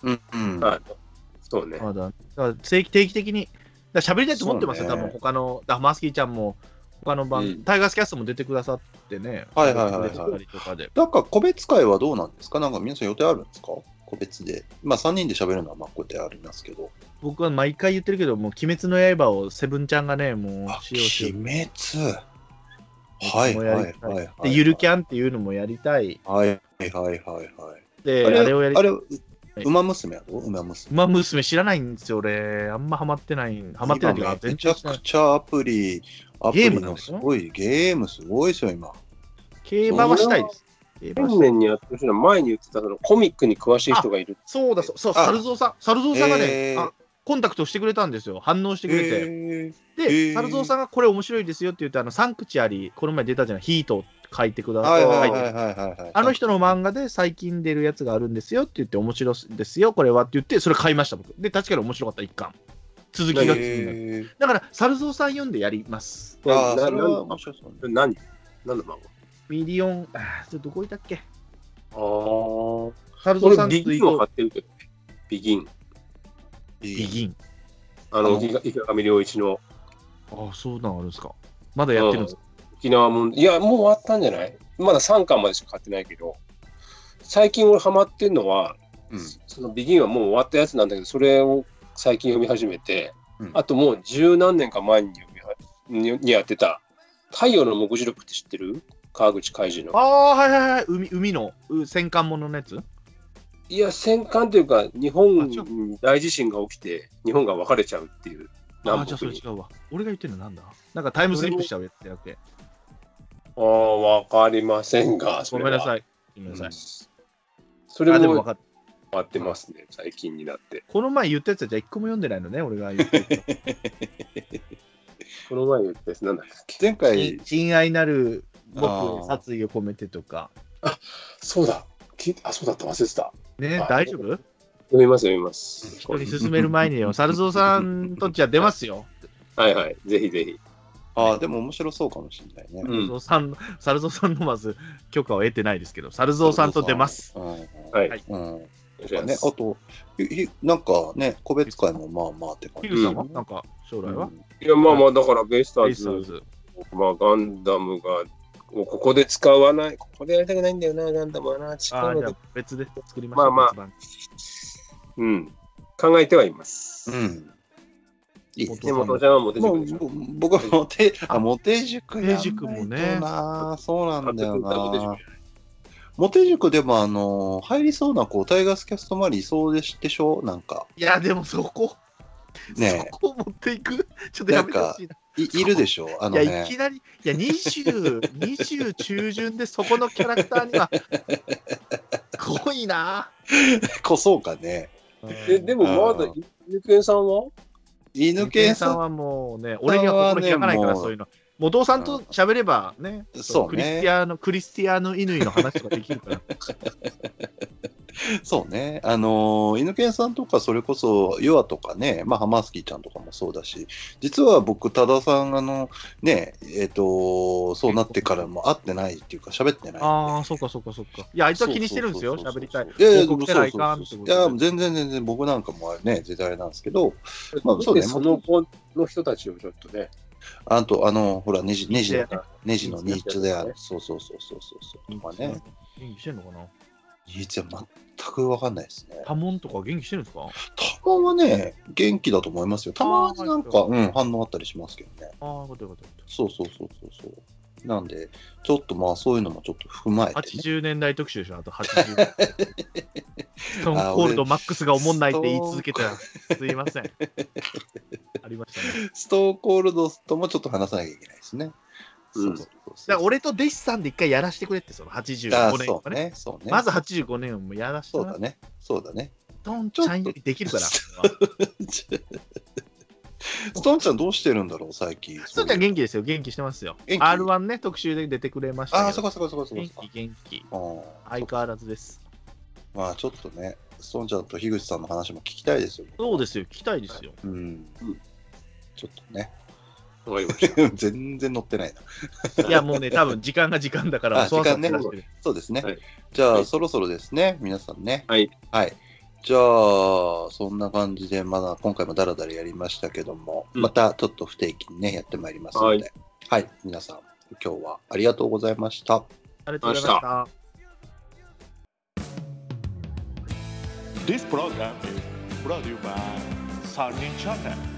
うん、うん
あのそうね。
まだ、だから定期定期的に、だから喋りたいと思ってますよ、
そう
多
ね
分他の、ダマスキーちゃんも、他の番、
うん
タイガースキャストも出てくださってね、
はいはいはいは
出
い
てたりとかで。
なんか個別会はどうなんですかなんか皆さん予定あるんですか個別で。まあ3人で喋るのはまあこうやってありますけど。
僕は毎回言ってるけど、もう、鬼滅の刃をセブンちゃんがね、も
あ
う、、しようしよ
鬼
う。
滅。はいはいはいはい。
で、ゆるキ
ャ
ャンっていうのもやりたい。
はいはいはいはいはい。
で、
あ
あ
れ
れをやり
あ
たい。
れ、う馬娘やろ馬娘。
まあ、娘知らないんですよ、俺。あんまハマってない。ハマってないという
今
か、
め
全
ちゃ
然知らな
く
い。
ちゃアプリ、アプ
ゲー
リ
ムなん
の
ですしょ
ごい、ゲームすごいですよ、今。
競馬はしたいです。競馬は
近
したい
年にやってる人は前に言ってたそのコミックに詳しい人がいる。
そうだ、そう、そう
あ
猿蔵さん。猿蔵さんがね、
えー
あコンタクトしてくれたんですよ。反応してくれて。
えーへ
で、
ー
猿蔵さんがこれ面白いですよって言って、あのサンクチュアリ、この前出たじゃない、ヒートを書いてくだ
は
さ
い
い。
はいはい
書いて
はいはいはい。
あの人の漫画で最近出るやつがあるんですよって言って、面白いですよ、これはって言って、それ買いました、僕。で、確かに面白かった、一巻。続きが気になる。
えー
だから、猿蔵さん読んでやります。
あー、
な
それは
な
面白そうね。
何何の漫
ミリオン、あーそれどこいたっけ
画ああ。
猿蔵さ
俺、
ん
ビギンを買ってるけどね。ビギン。
ビギン。
あ
あ
の、
の
池上上良一の
ああ、そうなんあるんですか。まだやってるんですか。
沖縄もん。いや、もう終わったんじゃないまだ3巻までしか買ってないけど、最近俺ハマってんのは、
うん
そのビギンはもう終わったやつなんだけど、それを最近読み始めて、
うん
あともう十何年か前に読みはににやってた、太陽の目次録って知ってる川口海事の。
ああ、はいはいはい。海海のう戦艦もののやつ
いや、戦艦というか、日本
あ違う
に大地震が起きて、日本が分かれちゃうっていう。
ああー、
南
じゃ
北
あそれ
に
違うわ。俺が言ってるのなんだなんかタイムスリップしちゃうやつやって。
ああ、分かりませんが、
ごめんなさ
い。
い。ごめんなさい。
それ
あでも
も
分
終
かる。
わってますね、最近になって。
この前言ったやつはじゃあ一個も読んでないのね、俺が言ってる。
この前言ったやつ、なんだっけ
前回、
親愛なる僕
あー
へ殺意を込めてとか。
そうだ。きあ、そうだった。忘れてた。
ね
あ、
大丈夫
読みます、読みます。
人に進める前によ、猿蔵さんとっちは出ますよ。
はいはい。ぜひぜひ。
ああ、でも面白そうかもしれないね。
うん
猿蔵さん、猿蔵さんのまず許可を得てないですけど、猿蔵さんと出ます。
うん。
はい。
はい
うん。
お願いしま
とかね、
す
あと、いいなんかね、個別会もまあまあって感
ヒ
じ。
ルさんは、
うん
なんか将来は、
いや、まあまあ、だから、ベイスタ
レ
ー
イサー
ズ、
ズ。
まあ、ガンダムが、をここで使わない、ここでやりたくないんだよな、ガンダムはな、
あ
近
ー
い
じゃ
の
あ
で。
別で作りましょう。
まあまあ
別番
うん。考えてはいます。
うん。いいです
で
ね。
も、
も
おゃんはモテ塾
う
でしょ。
ぼ僕はモテ、あ、モテ塾やんない
モ
と
テ塾もね
なそうなんだよ
モテ塾や
な。モテ塾でも、あの、入りそうな子、タイガースキャスト周りいそうでしでしょなんか。
いや、でもそこ、
ねえ
そこを持っていく ちょっとやめてほしいな。
いいるでしょあの
いや、い
ね
きなり、いや、20、20中 旬でそこのキャラクターに は、濃いな。
こそうかね
え、でもまだ、ゆくえさんは
犬
犬
犬
犬
さ
さ
ん
ん
は
はもうね、俺には心開かないから、
もう
そういうの。もうお父さんと喋ればね、
そうね
クリスティアーノ、クリスティアーノ乾の話とかできる から。
そうねあのー犬犬さんとかそれこそヨアとかねまあハマースキーちゃんとかもそうだし実は僕多田さんあのねえっ、とそうなってからも会ってないっていうか喋ってない
ああ、そうかそうかそうか。いや、あいつは気にしてるんですよ、
そうそう
喋
そう
りたい。
いやいや、
報告せないかんって
そう
こ
そう
と
そういや全然全然僕なんかもあれね、時代なんですけど、まあ
見
そう
て
ね
その子の人たちをちょっとね。
あと、あの、ほら、ネジ、ネジのね
で、
ネジのニーツであ
ニ
る。そうそうそうそうそう。とかね、
元気してんのかな
ニーツは全くわかんないですね。
多聞とか元気してるんですか
たまはね、元気だと思いますよ。たまになんか、
あ
うん、反応あったりしますけどね。
ああ、よかったよかった。
そうそうそうそうそう。なんで、ちょっとまあそういうのもちょっと踏まえて、ね。
80年代特集でしょ、あと80。ストーンコールドマックスがおもんないって言い続けた。すいませ ん。ありましたね。
ストーコールドともちょっと話さなきゃいけないですね。
うん
そうそうそう
だから俺と弟子さんで一回やらしてくれって、その
あ
85
ー
年と
そ
か
う
ね。
ね、そうね。
まず85年をもうやらして
そ
も
う
らっ
だ
て、
ね。そうだね。
トンちゃんよりできるから。
ストーンちゃんどうしてるんだろう、最近。
ストーンちゃん元気ですよ、元気してますよ。
元気
R1 ね、特集で出てくれましたけど。
ああ、そこそこそこそこ
元
そこ
気、。元気。
うん
相変わらずです。
まあちょっとね、ストーンちゃんと樋口さんの話も聞きたいですよ。
そうですよ、聞きたいですよ。
うん。ちょっとね、
わかりました。
全然乗ってないな。
いや、もうね、多分時間が時間だから、
あ時間ね
そわそわしてる
そうですね。
はい
じゃあ、
はい
そろそろですね、皆さんね。
はい。
はい。じゃあ、そんな感じで、まだ今回もダラダラやりましたけども、
うん
またちょっと不定期にね、やってまいりますので、はい、皆さん、今日はありがとうございました。
ありがとうございました。
This program is brought to you by Sunny Channel.